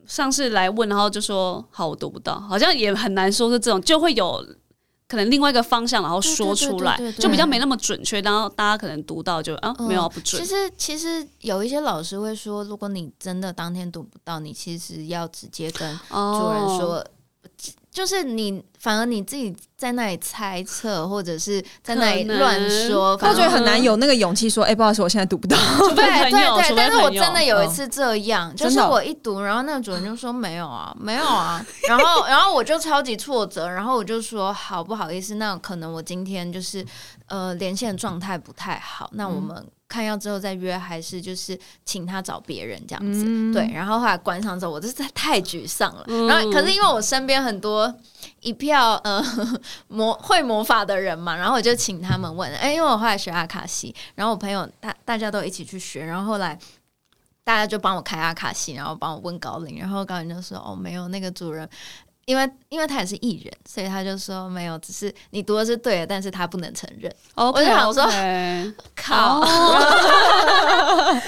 S2: 上次来问，然后就说好，我读不到，好像也很难说是这种，就会有可能另外一个方向，然后
S3: 对对
S2: 说
S3: 对
S2: 出
S3: 对
S2: 来
S3: 对，对
S2: 就比较没那么准确。然后大家可能读到就啊，没有
S3: 嗯
S2: 不准
S3: 其。实其实有一些老师会说，如果你真的当天读不到，你其实要直接跟主人
S2: 哦
S3: 说。就是你，反而你自己在那里猜测，或者是在那里
S2: 可能
S3: 乱说，
S1: 我
S3: 反
S1: 觉得
S3: 而
S1: 很难有那个勇气说，哎，不好意思，我现在读不到。
S2: 除非
S3: 对对
S2: 朋友除
S3: 对。
S2: 非
S3: 但是我
S2: 朋友嗯
S3: 真的有一次这样，就
S1: 真
S3: 是
S1: 的哦
S3: 我一读，然后那个主人就说没有啊，没有啊， 然后然后我就超级挫折，然后我就说好不好意思，那可能我今天就是呃连线状态不太好，那我们
S2: 嗯
S3: 看要之后再约，还是就是请他找别人这样子。对，然后后来关上之后，我真是太沮丧了。然后，可是哎因为我身边很多一票呃魔会魔法的人嘛，然后我就请他们问，哎、因为我后来学阿卡西，然后我朋友大大家都一起去学，然后后来。大家就帮我开阿卡西，然后帮我问高龄，然后高龄就说：“哦，没有，那个主人，因为因为他也是艺人，所以他就说没有，只是你读的是对的，但是他不能承认。
S2: OK，
S3: 我就想说
S2: OK
S3: 靠，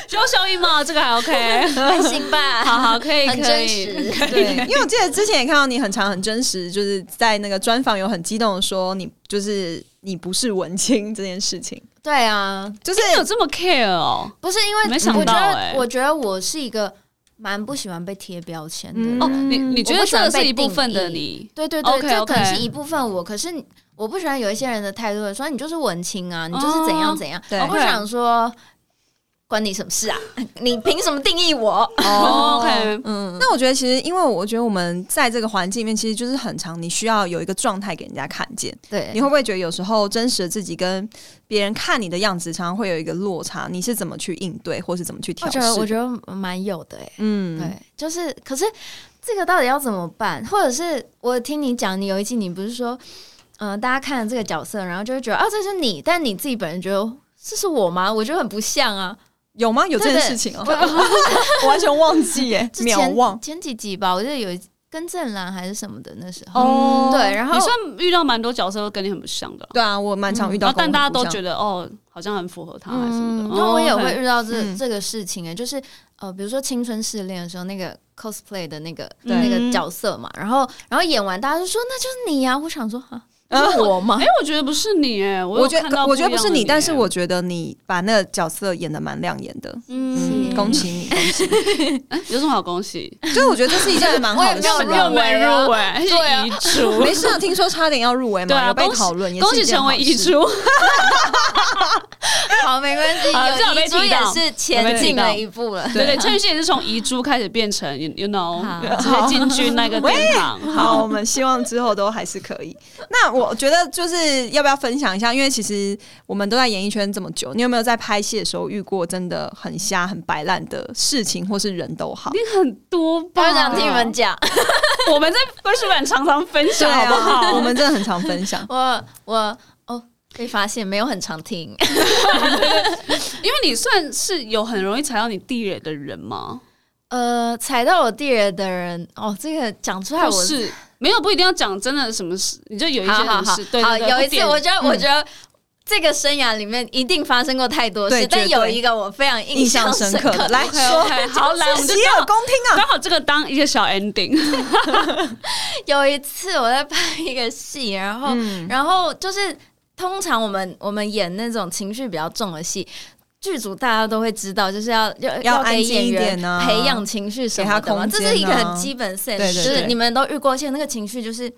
S2: 需要消音吗？这个还 OK，
S3: 开心吧？
S2: 好好可以
S3: 很
S2: 可
S3: 真
S2: 以。
S3: 实。
S1: 对， 因为我记得之前也看到你很常很真实，就是在那个专访有很激动的说，你就是你不是文青这件事情，
S3: 对啊，
S1: 就是
S2: 你有这么 care 哦？
S3: 不是因为
S2: 没想
S3: 我觉
S2: 到
S3: 得、
S2: 欸
S3: 我觉得我是一个蛮不喜欢被贴标签的人。
S1: 嗯
S2: 哦，你你觉
S4: 我不
S2: 得这个
S4: 喜欢
S2: 是
S4: 被
S2: 一部分的
S4: 定
S2: 你？
S3: 对对对
S2: OK，
S3: 这可能
S2: OK
S3: 是一部分我，可是我不喜欢有一些人的态度，说你就是文青
S2: 哦
S3: 啊，你就是怎样怎样，
S1: 对
S3: 我不想说关你什么 事啊，你凭什么定义我？
S2: 哦，OK，
S1: 嗯，那我觉得其实，因为我觉得我们在这个环境里面，其实就是很长，你需要有一个状态给人家看见。
S4: 对
S1: 你会不会觉得有时候真实的自己跟别人看你的样子，常常会有一个落差？你是怎么去应对，或是怎么去调
S3: 我
S1: 试
S3: 觉？得我觉得蛮有的哎、
S1: 嗯，
S3: 对，就是可是这个到底要怎么办？或者是我听你讲，你有一集你不是说，嗯、大家看了这个角色，然后就会觉得啊，这是你，但你自己本人觉得这是我吗？我觉得很不像啊。
S1: 有吗？有这件
S3: 对对
S1: 事情哦， 我完全忘记耶，
S3: 之
S1: 秒
S3: 前
S1: 忘。
S3: 前几集吧，我记得有一跟正兰还是什么的那时候，
S1: 哦
S3: 对，然后
S2: 你算遇到蛮多角色都跟你很不像的啦，
S1: 对啊，我蛮常遇到
S2: 然
S1: 跟
S2: 后
S1: 我
S2: 嗯但
S1: 很不像，
S2: 大家都觉得哦，好像很符合他还是什么的。
S3: 因为嗯我也
S2: 哦
S3: 会
S2: ，OK
S3: 遇到这、
S1: 嗯
S3: 这个事情哎、就是呃，比如说青春试炼的时候，那个 cosplay 的那个
S1: 嗯
S2: 对
S3: 那个角色嘛，然后然后演完，大家就说那就是你呀、我想说 啊，
S1: 嗯
S3: 是我吗
S2: 哎？，我觉得不是你哎，
S1: 我
S2: 有
S1: 觉
S2: 看到
S1: 得我觉得不
S2: 一样
S1: 是
S2: 的
S1: 你，
S2: 你，
S1: 但是我觉得你把那个角色演的蛮亮眼的，嗯，恭喜你，恭喜你！
S2: 哎有什么好恭喜？
S1: 就是我觉得这是一件蛮好的事
S3: 我也没有
S2: 又
S1: 啊，
S2: 没入围，还是
S3: 对啊
S2: 遗珠。
S1: 没事啊，听说差点要入围
S2: 对
S1: 嘛，
S2: 啊
S1: 有被
S2: 恭喜
S1: 讨论，也
S2: 恭
S1: 是
S2: 喜
S1: 一件
S2: 成
S1: 好
S2: 为遗
S1: 事啊
S2: 珠，
S3: 好，没关系，。
S2: 啊这样被
S4: 遗珠
S2: 提
S4: 也
S2: 到
S4: 是前进
S2: 有被
S4: 了
S2: 提
S4: 一步了。
S2: 对对，陈宇迅也是从遗珠开始变成，you you know，
S4: 好
S2: 直接进军那个殿 堂。
S1: 好，我们希望之后都还是可以。那我觉得就是要不要分享一下？因为其实我们都在演艺圈这么久，你有没有在拍戏的时候遇过真的很瞎、很白烂的事情，或是人都好？
S2: 很多吧，
S4: 我想听你们讲，
S2: 我们在归属版常常分享，好不好？
S1: 啊我们真的很常分享
S3: 我我哦，
S4: 被发现没有很常听，
S2: 因为你算是有很容易踩到你地雷的人吗？
S3: 呃，踩到我地雷的人哦，这个讲出来
S2: 或
S3: 我
S2: 是没有不一定要讲真的什么事，你就有一些
S4: 好好
S2: 人
S4: 好
S2: 是，对
S4: 好，
S2: 对对，
S4: 有一次
S2: 点嗯
S4: 我 觉得，我觉得这个生涯里面一定发生过太多
S1: 对
S4: 事，但
S1: 绝对
S4: 有一个我非常
S1: 印象
S4: 象
S1: 深刻
S4: 刻
S1: 的，来
S2: OK
S1: 说，
S2: OK，好来，我们
S1: 洗
S2: 就
S1: 耳恭听啊！
S2: 刚好这个当一个小 ending，
S3: 有一次我在拍一个戏，然后、
S1: 嗯
S3: 然后就是通常我们我们演那种情绪比较重的戏。剧组大家都会知道，就是要要
S1: 要
S3: 给
S1: 嗯安静一
S3: 演员
S1: 点啊
S3: 培养情绪什么
S1: 给他
S3: 的嘛，
S1: 空
S3: 这
S1: 间啊
S3: 是一个很基本 sense，
S1: 对对
S3: 就
S1: 对
S3: 是你们都遇过，而且那个情绪就是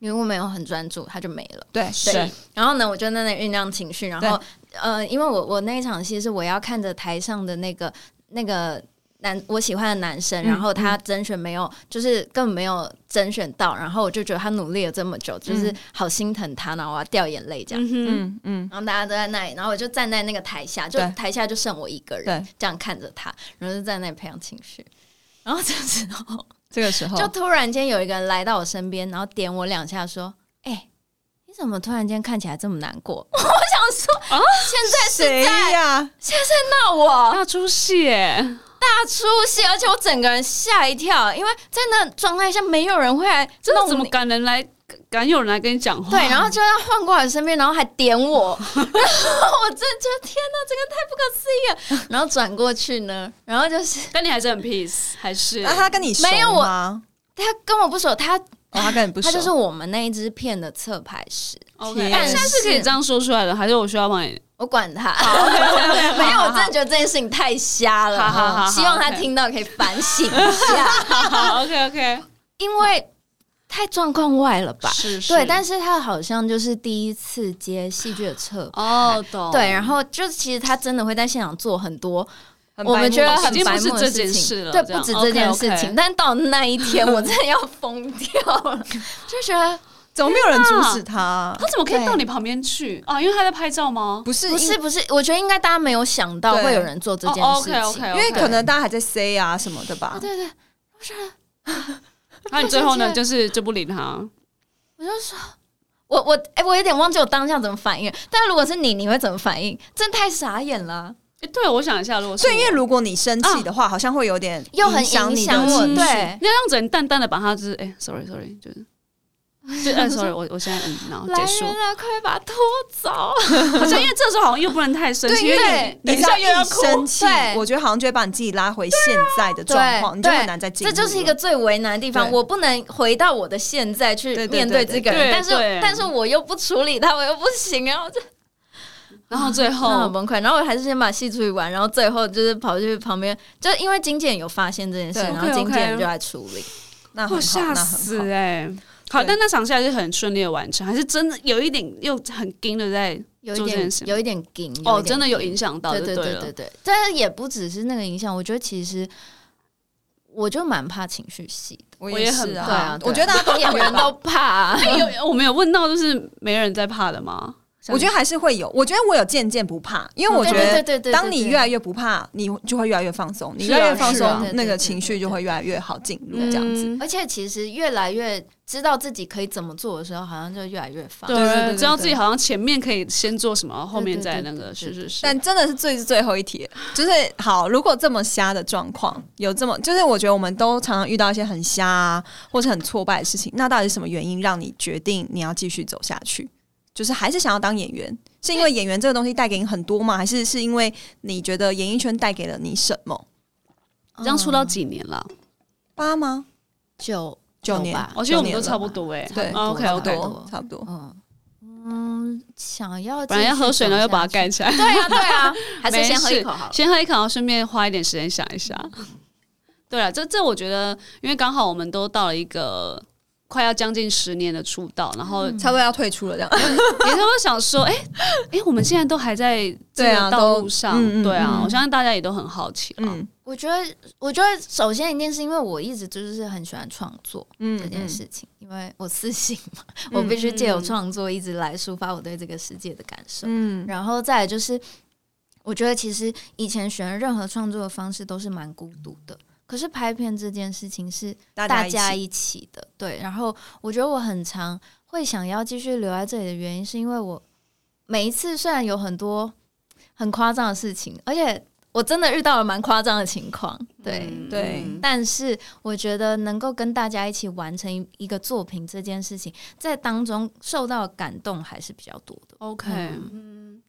S3: 你如果没有很专注，它就没了。
S1: 对，
S2: 对，
S3: 然后呢，我就在那里酝酿情绪，然后
S1: 对
S3: 呃，因为我我那一场戏是我要看着台上的那个那个男我喜欢的男生，
S1: 嗯
S3: 然后他甄选没有，就是根本没有甄选到，然后我就觉得他努力了这么久，就是好心疼他，然后我要掉眼泪这样。
S2: 嗯哼，
S1: 嗯嗯，
S3: 然后大家都在那里，然后我就站在那个台下，就
S1: 对
S3: 台下就剩我一个人
S1: 对，
S3: 这样看着他，然后就在那里培养情绪。然后这时候，
S1: 这个时候
S3: 就突然间有一个人来到我身边，然后点我两下，说：“哎、你怎么突然间看起来这么难过？” 我想说，现在
S1: 谁
S3: 是在
S1: 呀？
S3: 闹我
S2: 大出血，
S3: 大出血，而且我整个人吓一跳，因为在那状态下没有人会来
S2: 真
S3: 弄
S2: 的怎么
S3: 你
S2: 敢人来敢有人来跟你讲话？
S3: 对，然后就要换过来身边，然后还点我，然后我真的觉得天哪，这个太不可思议了。然后转过去呢，然后就是
S2: 但你还是很 peace，还是
S1: 那他跟你熟
S3: 没有我
S1: 吗？
S3: 他跟我不熟，他
S1: 哦，他跟你不熟，
S3: 他就是我们那一支片的侧拍师，
S2: OK？
S1: 但
S2: 但
S1: 是
S2: 现在是可以这样说出来的，还是我需要帮你？
S3: 我管他， 没有，我真的觉得这件事情太瞎
S2: 好好好
S3: 了，
S2: 好
S3: 希望他
S2: OK
S3: 听到可以反省一下，
S2: 好，OK OK，
S3: 因为太状况外了吧？
S2: 是，是
S3: 对，但是他好像就是第一次接戏剧的侧拍。
S2: 哦，懂，
S3: 对，然后就其实他真的会在现场做很多
S1: 很
S3: 我
S1: 白目
S3: 们觉得
S1: 的
S3: 很
S1: 事情
S3: 白
S2: 已经
S3: 目
S2: 不
S3: 的
S2: 止这件
S3: 情
S2: 事了
S3: 对，
S2: 这样
S3: 不止这件事
S2: OK，OK
S3: 情。但到那一天， 我真的要疯掉了，就觉得
S1: 怎么没有人阻止他？
S2: 他怎么可以
S3: 对
S2: 到你旁边去啊？因为他在拍照吗？
S1: 不是
S3: 不是不是，我觉得应该大家没有想到
S1: 对
S3: 会有人做这件事情。
S2: o k OK，
S1: 因为可能大家还在 say 啊什么的吧。
S3: 对对，
S2: 那你最后呢，就是就不理他。
S3: 我就说，我我哎、我有点忘记我当下怎么反应。但如果是你，你会怎么反应？真的太傻眼了啊，
S2: 诶对，我想一下，如果是
S1: 所以，因为
S2: 我
S1: 如果你生气的话，好像会有点
S3: 又很
S1: 影响你的
S3: 影响我
S1: 情绪
S3: 对
S2: 那样子，你淡淡的把他就是哎，sorry sorry，就是就哎，sorry，我我现在嗯，然后结束。
S4: 啊，快把它拖走！
S2: 好像因为这时候好像又不能太生气，因为你
S1: 等
S2: 等
S1: 一
S2: 一下
S1: 下
S2: 又
S1: 一
S2: 要
S1: 生气
S4: 对，
S1: 我觉得好像就会把你自己拉回现在的状况，你就
S4: 对
S1: 很难再进入
S4: 这
S1: 了。
S4: 就是一个最为难的地方。
S1: 对
S4: 我不能回到我的现在去
S1: 对对对
S4: 面对这个
S2: 对对
S4: 人，但是
S2: 对
S4: 但是我又不处理他，我又不行啊，我就
S2: 然后最
S4: 那很
S2: 后
S4: 崩溃。然后我还是先把戏处理完，然后最后就是跑去旁边，就因为经纪人有发现这件事，
S1: 对
S4: 然后
S2: OK，OK
S4: 经纪人就来处理。
S1: 那很
S2: 我
S1: 好，
S2: 吓
S1: 那
S2: 死
S1: 很好。
S2: 哎、好，
S1: 对
S2: 但那场下来就很顺利的完成，还是真的有一点又很盯的在
S3: 有
S2: 做
S3: 一
S2: 这
S3: 点
S2: 件事。
S3: 有一点紧
S2: 哦，真的有影响到，
S3: 对
S2: 就
S3: 对
S2: 对
S3: 对
S2: 了
S3: 对对，但是也不只是那个影响，我觉得其实我就蛮怕情绪戏的，
S1: 我
S2: 我也很
S1: 是
S2: 怕
S3: 对啊
S1: 啊，
S3: 对啊
S1: 我觉得大 家都
S3: 演员都怕、
S2: 哎有我们有问到，就是没人在怕的吗？
S1: 我觉得还是会有，我觉得我有渐渐不怕，因为 我觉
S3: 哦对对
S1: 得，
S3: 对对，
S1: 当你越
S3: 来
S1: 来越不怕，你就会越来越放松，你
S2: 是
S1: 越
S2: 啊
S1: 来越放
S2: 是啊
S1: 松
S3: 对，对
S1: 那
S3: 对
S1: 个
S3: 对
S1: 情绪
S3: 对
S1: 就
S3: 对
S1: 会越来越好进入，
S2: 嗯
S1: 这样子。
S3: 而且其实越来越知道自己可以怎么做的时候，好像就越来越放。
S2: 对
S1: 对对对
S2: 知道自己好像前面可以先做什么，后面再那个，
S3: 对
S2: 是
S3: 对
S2: 是是。
S1: 但真嗯的是最最后一题，就是好，如果这么瞎的状况，有这么，就是我觉得我们都常常遇到一些很瞎、啊、或是很挫败的事情，那到底是什么原因让你决定你要继续走下去？就是还是想要当演员，是因为演员这个东西带给你很多吗？还是是因为你觉得演艺圈带给了你什么？
S2: 这样出道几年了？
S1: 八吗？
S3: 九
S1: 九年
S3: 吧，
S2: 我哦觉得我们都差不多哎。
S1: 对
S3: 差不多
S2: ，OK
S1: 差
S3: 差
S1: 不
S2: OK
S3: 不。
S1: 多
S3: 多，
S1: 差不多。
S3: 嗯嗯，想要
S2: 本来要喝水呢，
S3: 呢，
S2: 又把它 盖起来。
S3: 对啊，对 啊，
S4: 还是
S2: 没
S4: 先喝一
S2: 事
S4: 口好了。
S2: 先喝一口，然后顺便花一点时间想一下。 对啊了，这这我觉得，因为刚好我们都到了一个快要将近十年的出道，然后
S1: 差不多要退出了，这样。
S2: 也是会想说，哎、哎、我们现在都还在这
S1: 对啊
S2: 个道
S1: 都
S2: 路上，
S1: 嗯嗯
S2: 对啊，
S1: 嗯
S2: 我相信大家也都很好奇啊。
S1: 嗯
S3: 我觉得，我觉得首先一定是因为我一直就是很喜欢创作
S1: 嗯
S3: 这件事情，因为我私信 嘛，
S1: 嗯
S3: 我必须借由创作一直来抒发我对这个世界的感受。
S1: 嗯，
S3: 然后再来就是，我觉得其实以前选任何创作的方式都是蛮孤独的，可是拍片这件事情是
S1: 大
S3: 大
S1: 家
S3: 家
S1: 一起
S3: 一起的，对。然后我觉得我很常会想要继续留在这里的原因，是因为我每一次虽然有很多很夸张的事情，而且我真的遇到了蛮夸张的情况，对。
S2: 嗯
S1: 对
S2: 嗯
S3: 但是我觉得能够跟大家一起完成一一个作品这件事情，在当中受到的感动还是比较多的。
S2: OK，嗯，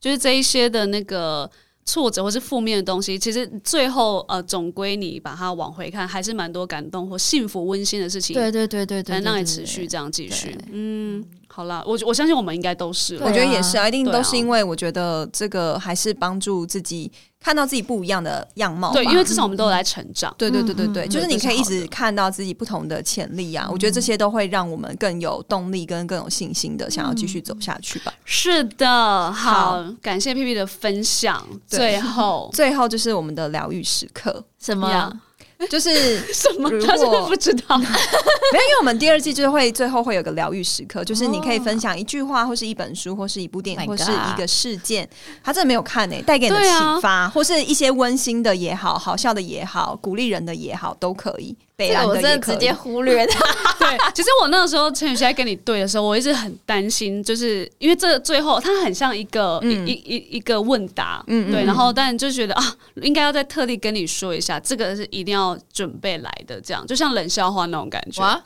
S2: 就是这一些的那个挫折或是负面的东西，其实最后呃，总归你把它往回看，还是蛮多感动或幸福温馨的事情，
S3: 对对对对对，
S2: 才能让你
S3: 对
S2: 持续。这样继续
S3: 对。
S2: 嗯，好啦，我我相信我们应该都是
S1: 我
S2: 了。
S1: 觉得也是啊，一定
S2: 对啊
S1: 都是因为我觉得这个还是帮助自己看到自己不一样的样貌吧。
S2: 对，因为至少我们都有来成长。
S1: 对对对对
S3: 嗯
S1: 对，
S3: 嗯
S1: 就是你可以一
S2: 这是好嗯
S1: 直看到自己不同的潜力啊，我觉得这些都会让我们更有动力跟更有信心的想要继续
S2: 嗯
S1: 走下去吧。
S2: 是的，好
S1: 好，
S2: 感谢 P P 的分享。
S1: 对
S2: 最后
S1: 最后就是我们的疗愈时刻，
S3: 什么啊
S2: 呀
S1: 就是
S2: 什么？
S1: 如果
S2: 他是不是不知 道？
S1: 没有，因为我们第二季就是会最后会有个疗愈时刻，就是你可以分享一句话，或是一本书，或是一部电
S3: My
S1: 影，或
S3: God
S1: 是一个事件，他真的没有看诶、带给你的
S2: 对啊
S1: 启发，或是一些温馨的也好，好笑的也好，鼓励人的也好，都可以。北
S4: 这
S1: 兰
S3: 啊
S4: 个我
S1: 的
S4: 真
S1: 也
S4: 的
S1: 可
S4: 直
S1: 以
S4: 接忽略它。
S2: 对，其实我那个时候陈雨希在跟你对的时候，我一直很担心，就是因为这最后它很像一个、
S1: 嗯
S2: 一一一一个问答，
S1: 嗯嗯
S2: 对，
S1: 嗯
S2: 然后但就觉得啊，应该要再特地跟你说一下，这个是一定要准备来的，这样就像冷笑话那种感觉。
S4: 哇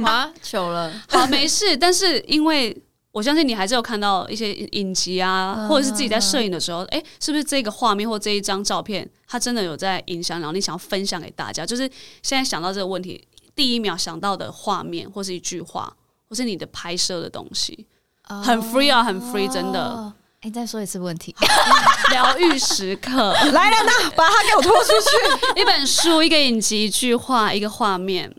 S4: 哇，糗了！
S2: 好，没事，但是因为。我相信你还是有看到一些影集啊，或者是自己在摄影的时候，哎、是不是这个画面或这一张照片，它真的有在影响，然后你想要分享给大家？就是现在想到这个问题，第一秒想到的画面，或是一句话，或是你的拍摄的东西，很 free 啊，很 free，真的
S3: 哦哎，再说一次问题。
S2: 疗愈时刻，
S1: 来了，那把他给我拖出去。
S2: 一本书，一个影集，一句话，一个画面，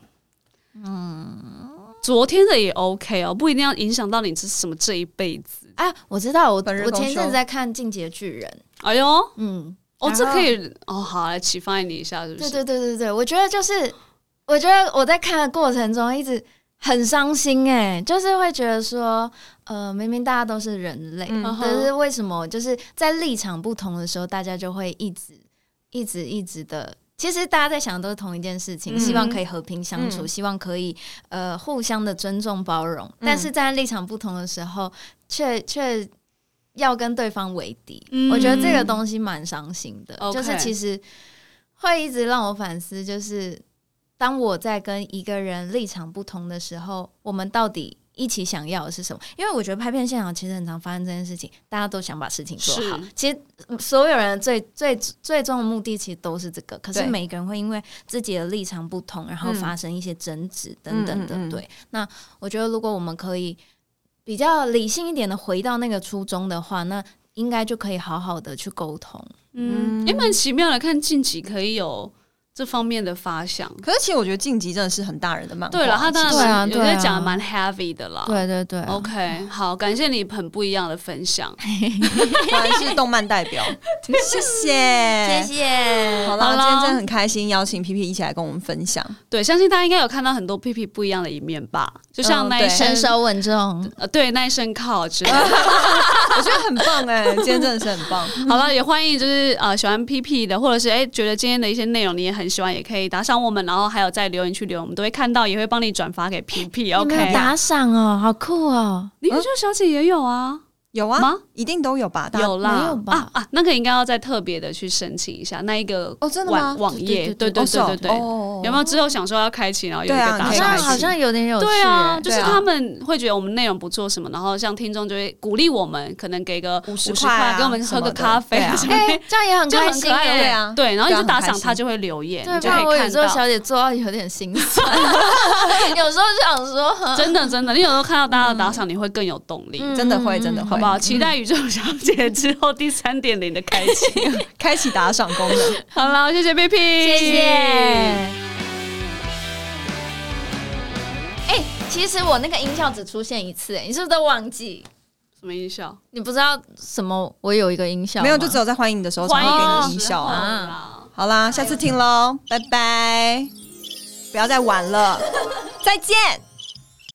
S2: 嗯，昨天的也 OK 哦，不一定要影响到你是什么这一辈子。
S3: 啊，我知道，我
S1: 本日
S3: 我
S1: 公
S3: 前一阵
S1: 休
S3: 子在看《进阶巨人》，
S2: 哎呦，
S3: 嗯，
S2: 哦，
S3: 然
S2: 这
S3: 后
S2: 可以哦，好来启发你一下，是不
S3: 对
S2: 是？
S3: 对对对对，我觉得就是，我觉得我在看的过程中一直很伤心、哎，就是会觉得说，呃，明明大家都是人类，
S2: 嗯
S1: 嗯，
S3: 可是为什么就是在立场不同的时候，大家就会一直一直一直的。其实大家在想的都是同一件事情，
S1: 嗯
S3: 希望可以和平相处，
S1: 嗯
S3: 希望可以呃互相的尊重包容。
S2: 嗯
S3: 但是站在立场不同的时候，却却要跟对方为敌。
S2: 嗯
S3: 我觉得这个东西蛮伤心的，
S2: OK
S3: 就是其实会一直让我反思，就是当我在跟一个人立场不同的时候，我们到底一起想要的是什么？因为我觉得拍片现场其实很常发生这件事情，大家都想把事情做好。
S2: 是
S3: 其实嗯所有人最最最终的目的其实都是这个，可是
S1: 对
S3: 每个人会因为自己的立场不同，然
S2: 嗯
S3: 后发生一些争执等等的。
S1: 嗯嗯嗯
S3: 对，那我觉得如果我们可以比较理性一点的回到那个初衷的话，那应该就可以好好的去沟通。
S2: 嗯，也蛮奇妙的，看近期可以有这方面的发想。
S1: 可是其实我觉得晋级真的是很大人的漫画。
S2: 对了，他当
S3: 对啊
S2: 然有
S3: 对啊
S2: 在讲得蛮 heavy 的啦。
S3: 对对对
S2: OK，好，感谢你很不一样的分享。
S1: 果然是动漫代表，谢
S4: 谢。
S1: 谢，
S4: 谢。
S1: 好啦，
S2: 好啦
S1: 今天真的很开心，邀请皮皮一起来跟我们分享。
S2: 对，相信大家应该有看到很多屁屁不一样的一面吧，就像
S1: 嗯
S2: 那一
S1: 对
S2: 身、
S3: 稳重。
S2: 呃，对那一身靠之类
S3: 嗯
S2: 的。
S1: 我觉得很棒哎、今天真的是很棒。
S2: 好了，也欢迎就是呃喜欢 PP 的，或者是哎、觉得今天的一些内容你也很喜欢，也可以打赏我们，然后还有在留言区留言，我们都会看到，也会帮你转发给 PP。
S3: 你们有
S2: OK，
S3: 打赏哦，好酷哦！
S2: 你可就小姐也有啊，
S1: 有啊，
S2: 吗？
S1: 一定都有吧？大家
S2: 有啦，
S3: 没有吧
S2: 啊啊，那个应该要再特别的去申请一下那一个
S1: 哦，真的吗
S2: 网？网页，对
S3: 对
S2: 对
S1: 哦是
S2: 对
S1: 哦
S2: 对对，
S1: 哦
S2: 有没有之后想说要开启，然后有一个
S1: 对啊可
S2: 打
S3: 好
S1: 以
S2: 赏
S1: 开
S3: 像
S1: 启
S2: 机
S3: 好
S2: 制？
S3: 像有点有趣
S2: 对啊，
S3: 耶，
S2: 就是
S1: 对啊
S2: 他们会觉得我们内容不错什么，然后像听众就会鼓励我们，可能给个
S1: 50
S2: 块，
S1: 块啊
S2: 给我们喝个咖啡
S1: 什么的对啊
S2: 什么
S3: 哎，这样也很
S2: 就
S3: 开
S2: 很
S3: 心
S2: 可爱
S3: 耶。
S1: 对啊
S2: 对，然后你就打
S1: 这样很开
S2: 赏，
S1: 心
S2: 他就会留言，
S3: 对，
S2: 你
S3: 不
S2: 就可
S3: 然我
S2: 以
S3: 有
S2: 看
S3: 时候小
S2: 到。
S3: 姐做到有点心酸， 有时候就想说，
S2: 真的，真的，你有时候看到大家的打赏，你会更有动力，
S1: 真的会真的会
S2: 好不好？期待宇宙小姐之后第三点零的开启。
S1: 开启打赏功能。
S2: 好了，谢谢 P P，谢
S3: 谢谢。哎，哎其实我那个音效只出现一次，哎，你是不是都忘记？
S2: 什么音效？
S3: 你不知道什么？我有一个音效吗，
S1: 没有，就只有在欢迎你的时候才
S2: 欢
S1: 会给
S2: 迎
S1: 你
S2: 的
S1: 音
S2: 时
S1: 效
S2: 候
S1: 啊。
S2: 啦。
S1: 好 啦，下次听喽，拜拜，不要再玩了，再见。